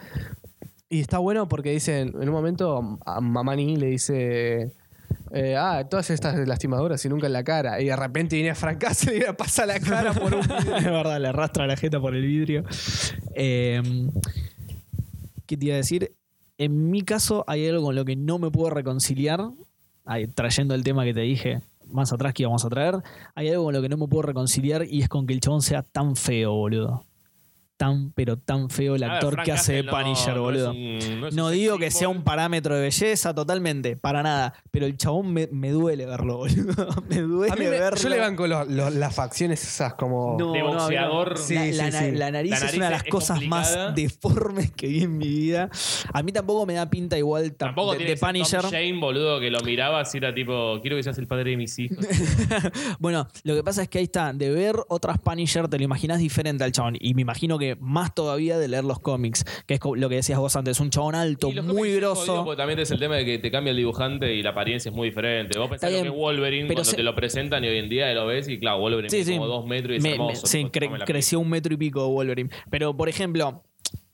S3: Y está bueno porque dicen, en un momento a Mamani le dice, eh, ah, todas estas lastimaduras y nunca en la cara. Y de repente viene Frank Castle y le pasa la cara por un...
S1: es verdad, le arrastra la jeta por el vidrio. Eh, ¿Qué te iba a decir? En mi caso hay algo con lo que no me puedo reconciliar, ahí, trayendo el tema que te dije más atrás que íbamos a traer, hay algo con lo que no me puedo reconciliar y es con que el chabón sea tan feo, boludo. Tan, pero tan feo el
S2: A ver,
S1: actor
S2: Frank
S1: que hace de
S2: Castle no-
S1: Punisher,
S2: no
S1: boludo.
S2: es un- es
S1: No
S2: un
S1: digo
S2: sex
S1: que sea
S2: symbol.
S1: un parámetro de belleza, totalmente, para nada. Pero el chabón me, me duele verlo, boludo. Me duele
S3: A mí me-
S1: verlo.
S3: yo le banco los- los- las facciones esas como...
S1: No,
S2: de
S1: no,
S2: boxeador.
S1: no.
S3: Sí,
S1: la, la
S3: sí,
S1: na-
S3: sí.
S1: la nariz
S2: La
S1: es
S2: nariz
S1: una de las
S2: es
S1: cosas
S2: complicada.
S1: más deformes que vi en mi vida. A mí tampoco me da pinta igual tam-
S2: Tampoco
S1: de,
S2: tiene
S1: de
S2: que ser
S1: Punisher.
S2: Tom Shane, boludo, que lo miraba así era tipo, quiero que seas el padre de mis hijos.
S1: Bueno, lo que pasa es que ahí está, de ver otras Punisher te lo imaginas diferente al chabón. Y me imagino que más todavía de leer los cómics, que es co- lo que decías vos antes, un chabón alto,
S2: Y los
S1: muy
S2: cómics es jodido
S1: grosso.
S2: porque también es el tema de que te cambia el dibujante y la apariencia es muy diferente. Vos
S1: Está
S2: pensás lo que
S1: bien,
S2: es Wolverine
S1: pero
S2: cuando
S1: se-
S2: te lo presentan y hoy en día lo ves y claro, Wolverine
S1: Sí,
S2: mide
S1: sí.
S2: como dos metros y es
S1: Me- me-
S2: hermoso.
S1: sí,
S2: tipo,
S1: cre-
S2: come la
S1: creció un metro y pico de Wolverine. Pero, por ejemplo,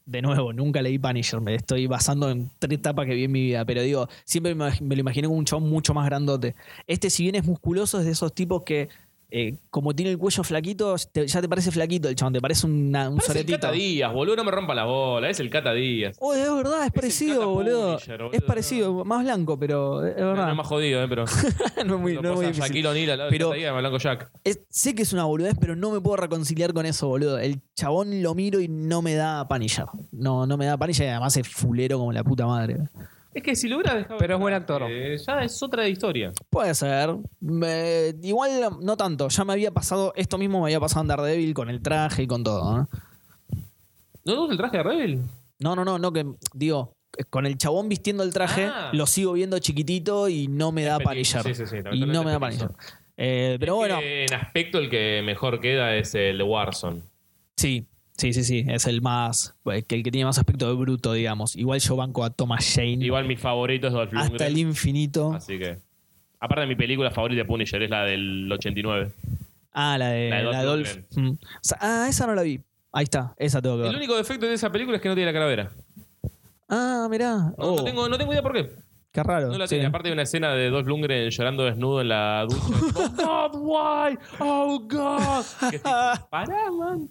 S1: de nuevo, nunca leí Punisher, me estoy basando en tres etapas que vi en mi vida, pero digo, siempre me, imag- me lo imaginé como un chabón mucho más grandote. Este, si bien es musculoso, es de esos tipos que, eh, como tiene el cuello flaquito, te- ya te parece flaquito el chabón, te parece una- un
S2: Parece el
S1: soretito.
S2: Cata Díaz, boludo, no me rompa las bolas, es el Cata Díaz.
S1: Oh, es verdad, es parecido,
S2: Cata
S1: boludo.
S2: Punisher, boludo.
S1: Es parecido, más blanco, pero es
S2: No,
S1: verdad.
S2: no me ha jodido, eh, pero.
S1: No es muy,
S2: No,
S1: no es muy
S2: pasa
S1: difícil.
S2: Shaquille O'Neal al lado
S1: Pero-
S2: de Cata Díaz, Blanco Jack.
S1: Es- sé que es una boludez, pero no me puedo reconciliar con eso, boludo. El chabón lo miro y no me da panilla. No, no me da panilla y además es fulero como la puta madre.
S2: Es que si lo hubiera dejado.
S3: Pero es buen actor.
S2: eh, ya es otra historia.
S1: Puede ser. Me- igual no tanto. Ya me había pasado, esto mismo me había pasado en Daredevil con el traje y con todo. ¿no?
S2: ¿No te gusta el traje de Rebel?
S1: No, no, no, no, que digo, con el chabón vistiendo el traje,
S2: Ah.
S1: lo sigo viendo chiquitito y no me da
S2: petizo,
S1: panillar.
S2: sí, sí, sí, también
S1: y no
S2: totalmente
S1: me da
S2: petizo.
S1: panillar. Eh, pero
S2: Es que
S1: bueno,
S2: En aspecto, el que mejor queda es el de Warzone.
S1: sí, sí, sí, sí. Es el más, el que tiene más aspecto de bruto, digamos. Igual yo banco a Thomas Shane.
S2: Igual mi favorito es Dolph
S1: Mm. hasta
S2: Lundgren,
S1: el infinito.
S2: Así que. Aparte, mi película favorita de Punisher es la del 89.
S1: Ah, la de,
S2: La de
S1: la de
S2: Dolph
S1: Dolph. Mm. O sea, ah, esa no la vi. Ahí está, esa tengo que
S2: El
S1: ver.
S2: único defecto de esa película es que no tiene la calavera.
S1: Ah, mirá.
S2: No,
S1: Oh,
S2: no tengo, no tengo idea por qué.
S1: Qué raro.
S2: No la
S1: Sí.
S2: tiene. Aparte hay una escena de Dolph Lundgren llorando desnudo en la ducha. oh, God, why? Oh, God. Que es tipo, Pará, man.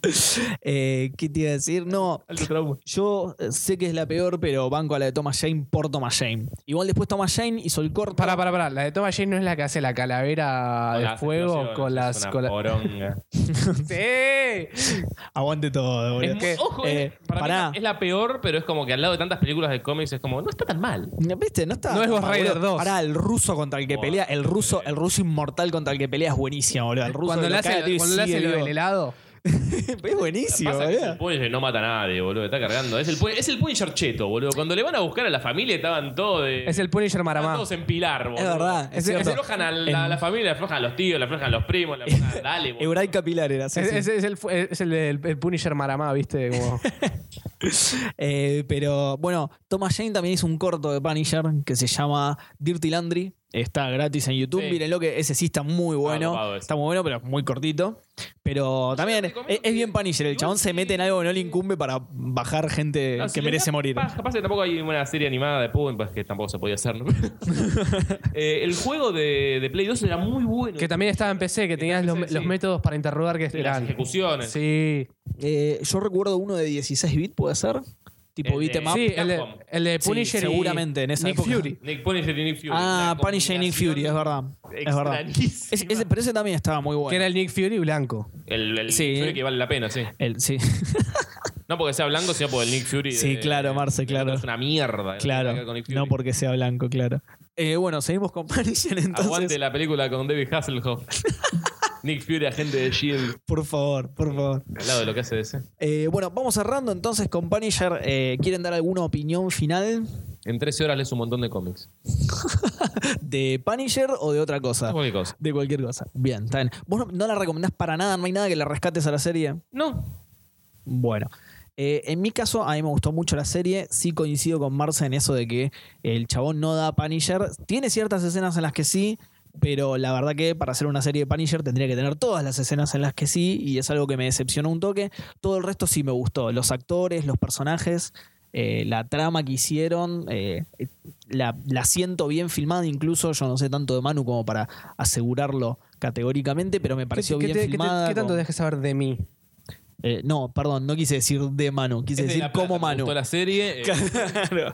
S1: Eh, ¿Qué te iba a decir? No,
S2: Alto trauma.
S1: yo eh, sé que es la peor, pero banco a la de Thomas Jane por Thomas Jane. Igual después Thomas Jane hizo el corto.
S3: Pará, pará, pará. La de Thomas Jane no es la que hace la calavera
S2: Con
S3: de
S2: las
S3: fuego
S2: explosiones,
S3: con
S2: es
S3: las.
S2: una
S3: Con la-
S2: poronga.
S3: ¡Sí!
S1: Aguante todo,
S2: Es
S1: boludo.
S2: muy- ojo,
S1: eh,
S2: es- para mí
S1: pará.
S2: es la peor, pero es como que al lado de tantas películas de cómics es como, no está tan mal.
S1: ¿Viste? No está.
S3: No es Ghost Rider 2.
S1: Pará, el ruso contra el que
S2: Buah, eh.
S1: pelea. El ruso, el ruso inmortal contra el que pelea es buenísimo, boludo. El ruso
S3: Cuando
S1: que
S3: le
S1: lo
S3: hace,
S1: cae a tiro y
S3: cuando le hace
S1: sigue
S3: lo
S1: vivo.
S3: del helado.
S1: Es buenísimo,
S2: Pasa que es
S1: boludo.
S2: el Punisher no mata a nadie, boludo. Está cargando. Es el, Pun- es el Punisher cheto, boludo. Cuando le van a buscar a la familia estaban todos de...
S3: Es el Punisher
S2: estaban
S3: Maramá.
S2: todos en pilar, boludo.
S1: Es verdad, es
S2: se,
S1: cierto.
S2: se aflojan a la,
S1: En-
S2: la familia, le aflojan a los tíos, le aflojan a los primos, le aflojan a... Dale, boludo.
S1: Euray Capilar era, sí,
S3: Es,
S1: sí.
S3: es- es el, fu- es el, del- el Punisher Maramá, ¿viste? Como,
S1: Eh, pero bueno, Thomas Jane también hizo un corto de Punisher que se llama Dirty Landry, Está gratis en YouTube.
S2: Sí. Ah,
S1: Miren lo que ese sí está muy bueno.
S2: copado ese.
S1: está muy bueno, pero es muy cortito. Pero también es,
S2: recomiendo
S1: es
S2: que-
S1: bien panillero. El
S2: igual
S1: chabón se
S2: sí.
S1: mete en algo que no le incumbe para bajar gente
S2: No,
S1: que
S2: si le
S1: merece
S2: da
S1: morir.
S2: paja, capaz que tampoco hay una serie animada de Pum, pues que tampoco se podía hacer. ¿no? Eh, el juego de, de Play 2 era muy bueno.
S3: Que también estaba en PC, que tenías
S2: PC,
S3: los,
S2: sí.
S3: los métodos para interrogar que
S2: de las
S3: eran.
S2: ejecuciones.
S3: Sí.
S1: Eh, yo recuerdo uno de 16 bits, ¿puede ser? Tipo
S2: El
S1: beat
S2: de-
S1: em up.
S3: Sí, el de,
S2: Capcom.
S3: el de
S1: Sí,
S3: Punisher y
S1: seguramente, en esa
S3: Nick
S1: época.
S3: Fury.
S2: Nick Punisher y Nick Fury.
S1: Ah,
S2: Una
S1: Punisher y Nick Fury, es verdad. Es verdad.
S2: extrañísima.
S1: Ese- ese- pero ese también estaba muy
S3: Que
S1: bueno.
S3: era el Nick Fury blanco.
S2: El, el
S1: Sí.
S2: Nick Fury que vale la pena, sí.
S1: El- sí.
S2: No porque sea blanco, sino por el Nick Fury.
S1: Sí, claro, Marce,
S2: de-
S1: claro.
S2: Es una mierda.
S1: claro.
S2: Con Nick Fury.
S1: No porque sea blanco, claro. Eh, bueno, seguimos con Punisher
S2: Aguante
S1: entonces.
S2: la película con David Hasselhoff. Nick Fury, agente de Shield.
S1: Por favor, por favor.
S2: E Al lado de lo que hace DC.
S1: Eh, bueno, vamos cerrando entonces con Punisher. Eh, ¿Quieren dar alguna opinión final
S2: En 13 horas lees un montón de cómics.
S1: de Punisher o de otra cosa?
S2: Cualquier cosa.
S1: De cualquier cosa. Bien, está bien. ¿Vos no, no la recomendás para nada? ¿No hay nada que la rescates a la serie?
S2: No.
S1: Bueno. eh, en mi caso, a mí me gustó mucho la serie. Sí coincido con Marce en eso de que el chabón no da Punisher. Tiene ciertas escenas en las que sí, pero la verdad que para hacer una serie de Punisher tendría que tener todas las escenas en las que sí, y es algo que me decepcionó un toque. Todo el resto sí me gustó. Los actores, los personajes, eh, la trama que hicieron, eh, eh, la, la siento bien filmada, incluso yo no sé tanto de Manu como para asegurarlo categóricamente, pero me pareció
S3: ¿Qué,
S1: bien
S3: te- qué te-
S1: filmada.
S3: qué tanto
S1: con-
S3: dejes saber de mí?
S1: eh, no, perdón, no quise decir de Manu, quise
S2: Es de
S1: decir
S2: La Plata,
S1: como
S2: me
S1: Manu.
S2: gustó la serie. eh,
S1: Claro.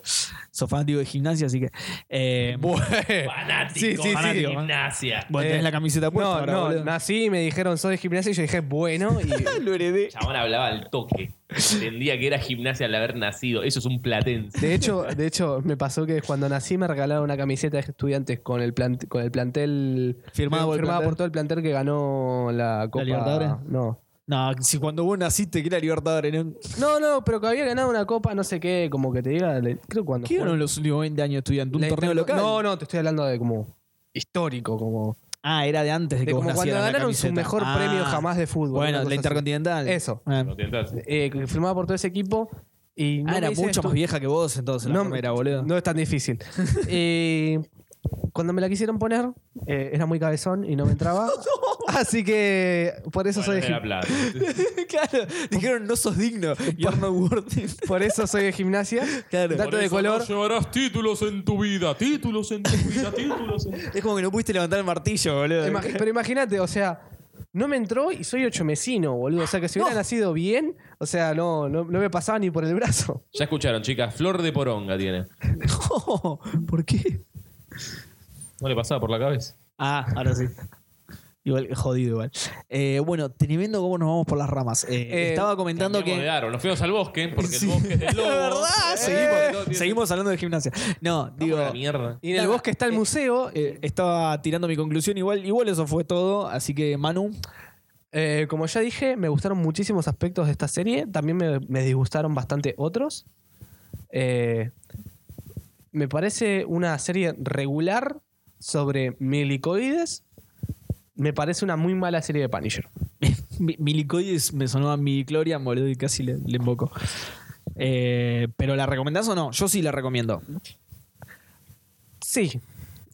S1: Soy fanático de gimnasia, así que. eh,
S3: Bueno.
S2: fanático,
S3: Sí, sí, sí.
S2: fanático. Gimnasia.
S1: vos tenés
S3: Eh,
S1: la camiseta puesta
S3: No,
S1: ahora,
S3: no,
S1: boludo.
S3: nací y me dijeron, soy de gimnasia, y yo dije, bueno, y
S1: Lo heredé.
S2: Chabón hablaba al toque. Entendía que era gimnasia al haber nacido. Eso es un platense.
S3: De hecho, de hecho, me pasó que cuando nací me regalaron una camiseta de estudiantes con el, plant- con el plantel
S1: Firmada por el plantel.
S3: por todo el plantel que ganó la Copa
S1: Libertadores?
S3: No.
S1: No, si cuando vos naciste, que era Libertadores. ¿no?
S3: No, no, pero que había ganado una copa, no sé qué, como que te diga, le- creo que cuando
S1: ¿Qué
S3: jugó-
S1: eran los últimos 20 años estudiando? ¿Un
S3: la
S1: torneo
S3: Interco-
S1: local?
S3: No, no, te estoy hablando de como histórico, como
S1: Ah, era de antes de que
S3: de
S1: vos
S3: como cuando
S1: nacieras la
S3: ganaron su
S1: camiseta.
S3: mejor
S1: Ah.
S3: premio jamás de fútbol. una
S1: Bueno,
S3: cosa
S1: la
S3: así.
S1: Intercontinental.
S3: Eso.
S1: Ah,
S2: Lo tentaste.
S3: Eh, que firmaba por todo ese equipo y no
S1: Ah, era
S3: me hice
S1: mucho
S3: estu-
S1: más vieja que vos entonces, la
S3: No,
S1: remera, boludo.
S3: No es tan difícil. Eh, cuando me la quisieron poner, eh, era muy cabezón y no me entraba. Así que por eso
S2: Bueno,
S3: soy de
S2: de la
S3: gim-
S2: plata.
S1: claro, dijeron no sos digno. You're not worth it.
S3: por eso soy de gimnasia.
S1: Claro.
S3: Dato
S2: Por
S3: de
S2: eso
S3: color.
S2: No llevarás títulos en tu vida, títulos en tu vida, títulos en tu vida.
S1: Es como que no pudiste levantar el martillo, boludo.
S3: Imag- pero imagínate, o sea, no me entró y soy ocho mesino, boludo. O sea, que si hubiera nacido bien, o sea, no, no, no me pasaba ni por el brazo.
S2: Ya escucharon, chicas. Flor de poronga tiene.
S1: No, ¿Por qué?
S2: No le pasaba por la cabeza.
S1: Ah, ahora sí. Igual, jodido igual. Eh, bueno, tremendo cómo nos vamos por las ramas. Eh,
S3: Eh,
S1: estaba comentando
S2: Cambiamos de
S1: que...
S2: aro. Nos fuimos al bosque, porque
S1: Sí.
S2: el bosque es del lobo.
S1: verdad,
S2: Eh, no
S1: seguimos,
S2: tiene-
S1: seguimos hablando de gimnasia. No,
S2: Vamos
S1: digo...
S2: a la mierda.
S3: Y en el
S1: Nada,
S3: bosque está el
S1: eh,
S3: museo.
S1: eh, estaba tirando mi conclusión igual, igual eso fue todo, así que Manu,
S3: Eh, como ya dije, me gustaron muchísimos aspectos de esta serie. También me, me disgustaron bastante otros. Eh, me parece una serie regular sobre milicoides. Me parece una muy mala serie de Punisher.
S1: mi- Milicoides me sonó a mi Gloria, boludo, y casi le, le invoco. Eh, Pero ¿la recomendás o no? Yo sí la recomiendo.
S3: Sí.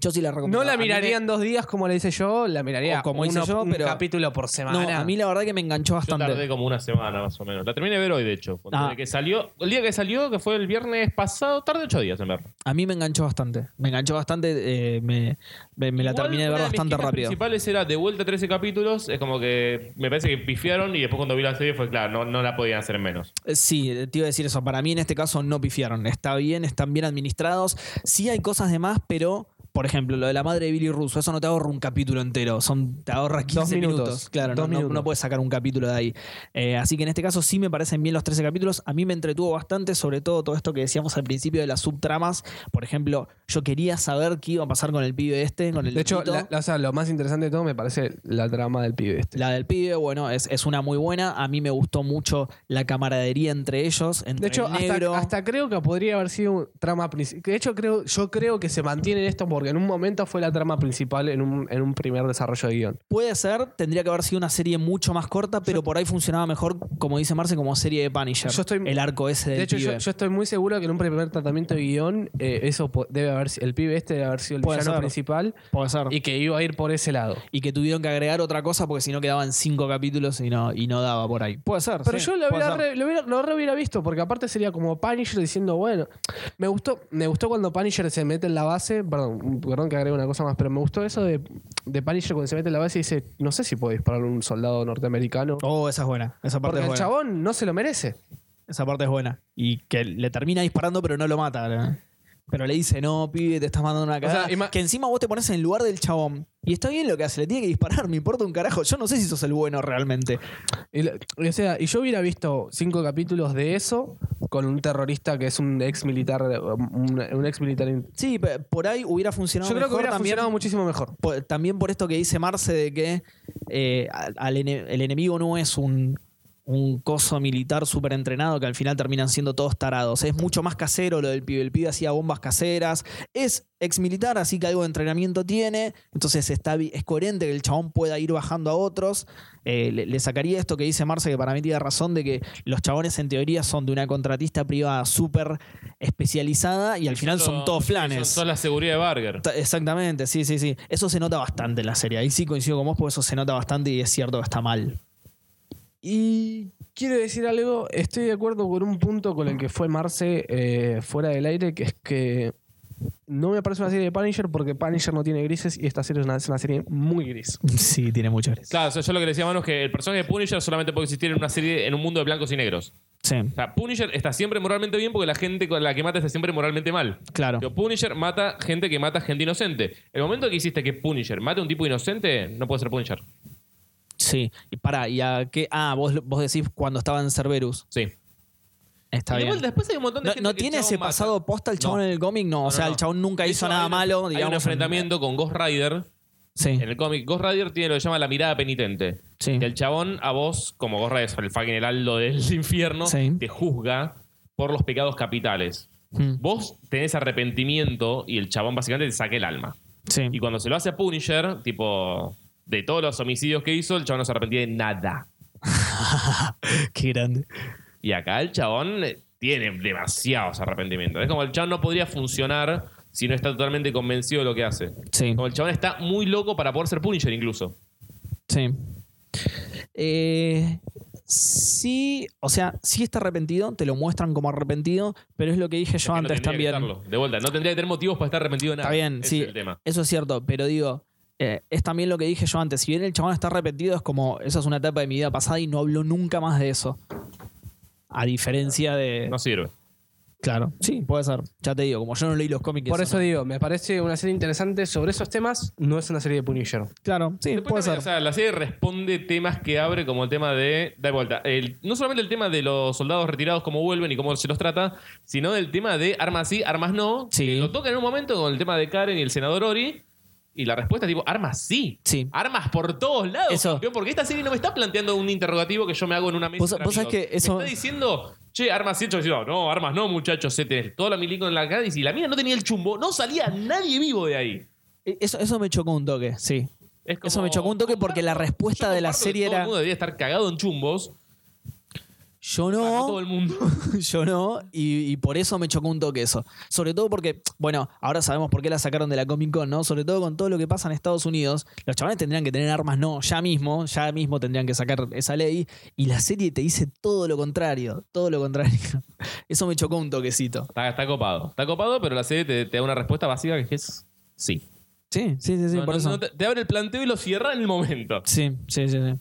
S1: Yo sí la recomiendo.
S3: No
S1: A
S3: la
S1: mí me-
S3: miraría en dos días como la hice yo, la miraría
S1: O como hice
S3: uno-
S1: yo,
S3: un
S1: pero-
S3: capítulo por semana.
S1: No, a mí la verdad que me enganchó
S2: Yo
S1: bastante.
S2: tardé como una semana más o menos. La terminé de ver hoy, de hecho. Cuando
S1: Ah.
S2: desde que salió, el día que salió, que fue el viernes pasado, tarde ocho días en verlo.
S1: A mí me enganchó bastante. Me enganchó bastante. eh, me, me- me la
S2: Igual,
S1: terminé de ver
S2: una mis
S1: bastante
S2: quejas
S1: rápido.
S2: principales era de vuelta 13 capítulos. Es como que me parece que pifiaron y después cuando vi la serie fue claro, no, no la podían hacer menos.
S1: Eh, Sí, te iba a decir eso. Para mí en este caso no pifiaron. Está bien, están bien administrados. Sí hay cosas de más, pero. Por ejemplo, lo de la madre de Billy Russo, eso no te ahorra un capítulo entero, son, te ahorra 15 minutos.
S3: minutos.
S1: Claro,
S3: Dos
S1: no, no-
S3: minutos.
S1: no puedes sacar un capítulo de ahí. Eh, así que en este caso sí me parecen bien los 13 capítulos. A mí me entretuvo bastante, sobre todo todo esto que decíamos al principio de las subtramas. Por ejemplo, yo quería saber qué iba a pasar con el pibe este, con el
S3: de hecho,
S1: loquito.
S3: la- la- o sea, lo más interesante de todo me parece la trama del pibe este.
S1: La del pibe, bueno, es, es una muy buena. A mí me gustó mucho la camaradería entre ellos, entre
S3: De hecho,
S1: el
S3: hasta,
S1: negro.
S3: hasta creo que podría haber sido un trama principal. De hecho, creo, yo creo que se mantiene esto por porque en un momento fue la trama principal en un, en un primer desarrollo de guión.
S1: Puede ser, tendría que haber sido una serie mucho más corta, pero por ahí funcionaba mejor, como dice Marce, como serie de Punisher.
S3: Yo estoy-
S1: el arco ese del
S3: De hecho, yo,
S1: pibe.
S3: yo estoy muy seguro que en un primer tratamiento de guión, eh, eso po- debe haber si- el pibe este debe haber sido el
S1: Puede
S3: villano
S1: ser.
S3: principal
S1: Puede ser.
S3: y que iba a ir por ese lado.
S1: y que tuvieron que agregar otra cosa porque si no quedaban cinco capítulos y no, y no daba por ahí. Puede ser.
S3: Pero
S1: sí,
S3: yo lo
S1: puede
S3: hubiera,
S1: ser.
S3: re- lo, hubiera, lo re hubiera visto, porque aparte sería como Punisher diciendo, bueno, me gustó, me gustó cuando Punisher se mete en la base, perdón, perdón que agregue una cosa más, pero me gustó eso de, de Punisher cuando se mete en la base y dice, no sé si puede disparar un soldado norteamericano.
S1: Oh, esa es buena. Esa parte
S3: porque
S1: es
S3: el
S1: buena.
S3: chabón no se lo merece.
S1: Esa parte es buena. Y que le termina disparando, pero no lo mata. ¿no? Pero le dice, no, pibe, te estás mandando una cagada.
S3: sea, ima-
S1: que encima vos te pones en el lugar del chabón. Y está bien lo que hace, le tiene que disparar, me importa un carajo. Yo no sé si sos el bueno realmente.
S3: Y, la- o sea, y yo hubiera visto cinco capítulos de eso con un terrorista que es un ex militar, un, un ex militar. in-
S1: Sí, pe- por ahí hubiera funcionado
S3: Yo creo que
S1: mejor
S3: hubiera
S1: también.
S3: funcionado muchísimo mejor.
S1: por- también por esto que dice Marce de que eh, al- al ene- el enemigo no es un, un coso militar súper entrenado que al final terminan siendo todos tarados. Es mucho más casero lo del pibe. El pibe hacía bombas caseras. Es ex militar, así que algo de entrenamiento tiene. Entonces está, bi- es coherente que el chabón pueda ir bajando a otros. Eh, le, le sacaría esto que dice Marce, que para mí tiene razón, de que los chabones en teoría son de una contratista privada súper especializada y al final son todos flanes.
S2: Son, son la seguridad de Barger.
S1: Ta- Exactamente, sí, sí, sí. Eso se nota bastante en la serie. Ahí sí coincido con vos, porque eso se nota bastante y es cierto que está mal.
S3: Y quiero decir algo, estoy de acuerdo con un punto con el que fue Marce eh, fuera del aire, que es que no me parece una serie de Punisher porque Punisher no tiene grises y esta serie es una, es una serie muy gris.
S1: Sí, tiene muchas gracias.
S2: Claro, o sea, yo lo que le decía, mano, es que el personaje de Punisher solamente puede existir en una serie, en un mundo de blancos y negros.
S1: Sí,
S2: O sea, Punisher está siempre moralmente bien porque la gente con la que mata está siempre moralmente mal.
S1: claro.
S2: Pero Punisher mata gente que mata gente inocente. El momento que hiciste que Punisher mate a un tipo inocente, no puede ser Punisher.
S1: Sí. Y para, ¿y a qué? Ah, vos, vos decís cuando estaba en Cerberus.
S2: Sí.
S1: Está
S2: Y
S1: bien.
S2: igual después hay un montón de
S1: No,
S2: gente
S1: no
S2: que
S1: tiene
S2: el chabón
S1: ese
S2: mata.
S1: pasado posta el chabón
S2: No.
S1: en el cómic, no.
S2: No,
S1: o sea,
S2: no,
S1: el chabón nunca
S2: De
S1: hizo
S2: hecho,
S1: nada
S2: hay un-
S1: malo,
S2: Hay
S1: digamos.
S2: un
S1: en-
S2: enfrentamiento con Ghost Rider
S1: Sí.
S2: en el cómic. Ghost Rider tiene lo que llama la mirada penitente.
S1: Sí.
S2: Que el chabón a vos, como Ghost Rider, el fucking heraldo del infierno,
S1: Sí.
S2: te juzga por los pecados capitales.
S1: Mm,
S2: Vos tenés arrepentimiento y el chabón básicamente te saca el alma.
S1: sí.
S2: Y cuando se lo hace a Punisher, tipo, de todos los homicidios que hizo, el chabón no se arrepentía de nada.
S1: Qué grande.
S2: Y acá el chabón eh, tiene demasiados arrepentimientos. Es como el chabón no podría funcionar si no está totalmente convencido de lo que hace.
S1: Sí.
S2: Como el chabón está muy loco para poder ser Punisher incluso.
S1: Sí. Eh, sí, o sea, sí está arrepentido, te lo muestran como arrepentido, pero es lo que dije yo
S2: Es que no
S1: antes
S2: tendría que
S1: también.
S2: estarlo. De vuelta, no tendría que tener motivos para estar arrepentido de nada.
S1: Está bien,
S2: Ese
S1: sí.
S2: Es el tema.
S1: Eso es cierto, pero digo, eh, es también lo que dije yo antes. Si bien el chabón está arrepentido, es como, esa es una etapa de mi vida pasada y no hablo nunca más de eso. A diferencia de.
S2: No sirve.
S1: Claro, sí, puede ser. Ya te digo, como yo no leí los cómics.
S3: Por eso
S1: no-
S3: digo, me parece una serie interesante sobre esos temas, no es una serie de Punisher.
S1: Claro, sí,
S2: Después
S1: puede
S2: también,
S1: ser.
S2: o sea, la serie responde temas que abre como el tema de... Da vuelta. el- no solamente el tema de los soldados retirados, cómo vuelven y cómo se los trata, sino del tema de armas sí, armas no.
S1: Sí.
S2: Que lo toca en un momento con el tema de Karen y el senador Ori. Y la respuesta es tipo, armas sí.
S1: Sí.
S2: Armas por todos lados.
S1: Eso.
S2: campeón, porque esta serie no me está planteando un interrogativo que yo me hago en una mesa.
S1: Vos-
S2: con
S1: vos sabés
S2: amigos.
S1: que eso-
S2: Me está diciendo... Che, armas sí, yo decía, no, no, armas no, muchachos, se te- todo la milico en la cara y si la mina no tenía el chumbo, no salía nadie vivo de ahí.
S1: Eso, eso me chocó un toque, sí.
S2: Es
S1: Eso me chocó un toque porque la respuesta
S2: Yo
S1: de la
S2: comparto que
S1: serie
S2: Todo
S1: era-
S2: el mundo debería estar cagado en chumbos.
S1: Yo
S2: para
S1: no.
S2: todo el mundo.
S1: Yo no, y, y por eso me chocó un toque eso. Sobre todo porque, bueno, ahora sabemos por qué la sacaron de la Comic Con, ¿no? Sobre todo con todo lo que pasa en Estados Unidos, los chavales tendrían que tener armas, no, ya mismo, ya mismo tendrían que sacar esa ley, y la serie te dice todo lo contrario, todo lo contrario. Eso me chocó un toquecito.
S2: Está, está copado. Está copado, pero la serie te, te da una respuesta básica que es sí.
S1: Sí, sí, sí, sí,
S2: No,
S1: por
S2: no,
S1: eso.
S2: no, te, te abre el planteo y lo cierra en el momento.
S1: Sí, sí, sí, sí.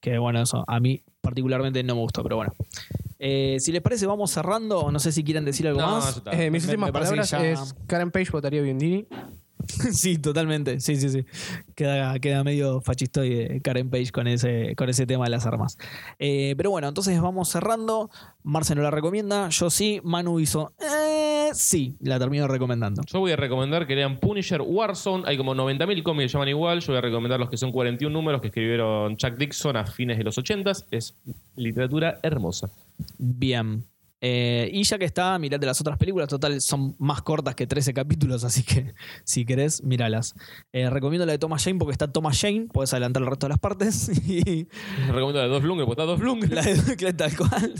S1: Que bueno, eso a mí particularmente no me gustó, pero bueno. Eh, si les parece, vamos cerrando, o no sé si quieren decir algo
S2: No, eso
S1: más.
S2: está.
S3: Eh, mis
S1: Me-
S3: últimas
S1: me parece que
S3: palabras
S1: ya-
S3: es Karen Page votaría Biondini.
S1: Sí, totalmente. Sí, sí, sí. Queda, queda medio fachistoide Karen Page con ese, con ese tema de las armas. Eh, pero bueno, entonces vamos cerrando. Marce no la recomienda. Yo sí. Manu hizo. eh, sí, la termino recomendando.
S2: Yo voy a recomendar que lean Punisher Warzone. Hay como 90.000 cómics que llaman igual. Yo voy a recomendar los que son 41 números que escribieron Chuck Dixon a fines de los 80s. Es literatura hermosa.
S1: Bien. Eh, y ya que está, mirate las otras películas. Total, son más cortas que 13 capítulos, así que si querés, míralas. Eh, recomiendo la de Thomas Jane porque está Thomas Jane. Puedes adelantar el resto de las partes. Y
S2: Recomiendo la de dos Lungres, porque está dos Lungres.
S1: la de claro, tal cual.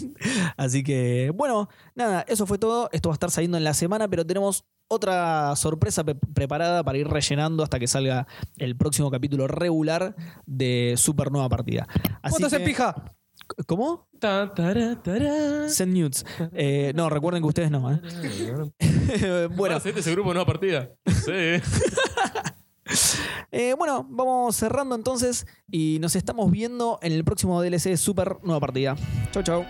S1: Así que, bueno, nada, eso fue todo. Esto va a estar saliendo en la semana, pero tenemos otra sorpresa pe- preparada para ir rellenando hasta que salga el próximo capítulo regular de Supernova Partida. Así
S3: ¿Cuántos en
S1: que-
S3: pija?
S1: ¿Cómo?
S2: Ta, tará, tará.
S1: Send nudes. Eh, no, recuerden que ustedes no. ¿eh? bueno,
S2: Más, este es el grupo de nueva partida. Sí.
S1: Eh, bueno, vamos cerrando entonces y nos estamos viendo en el próximo DLC de Super Nueva Partida. Chau, chau.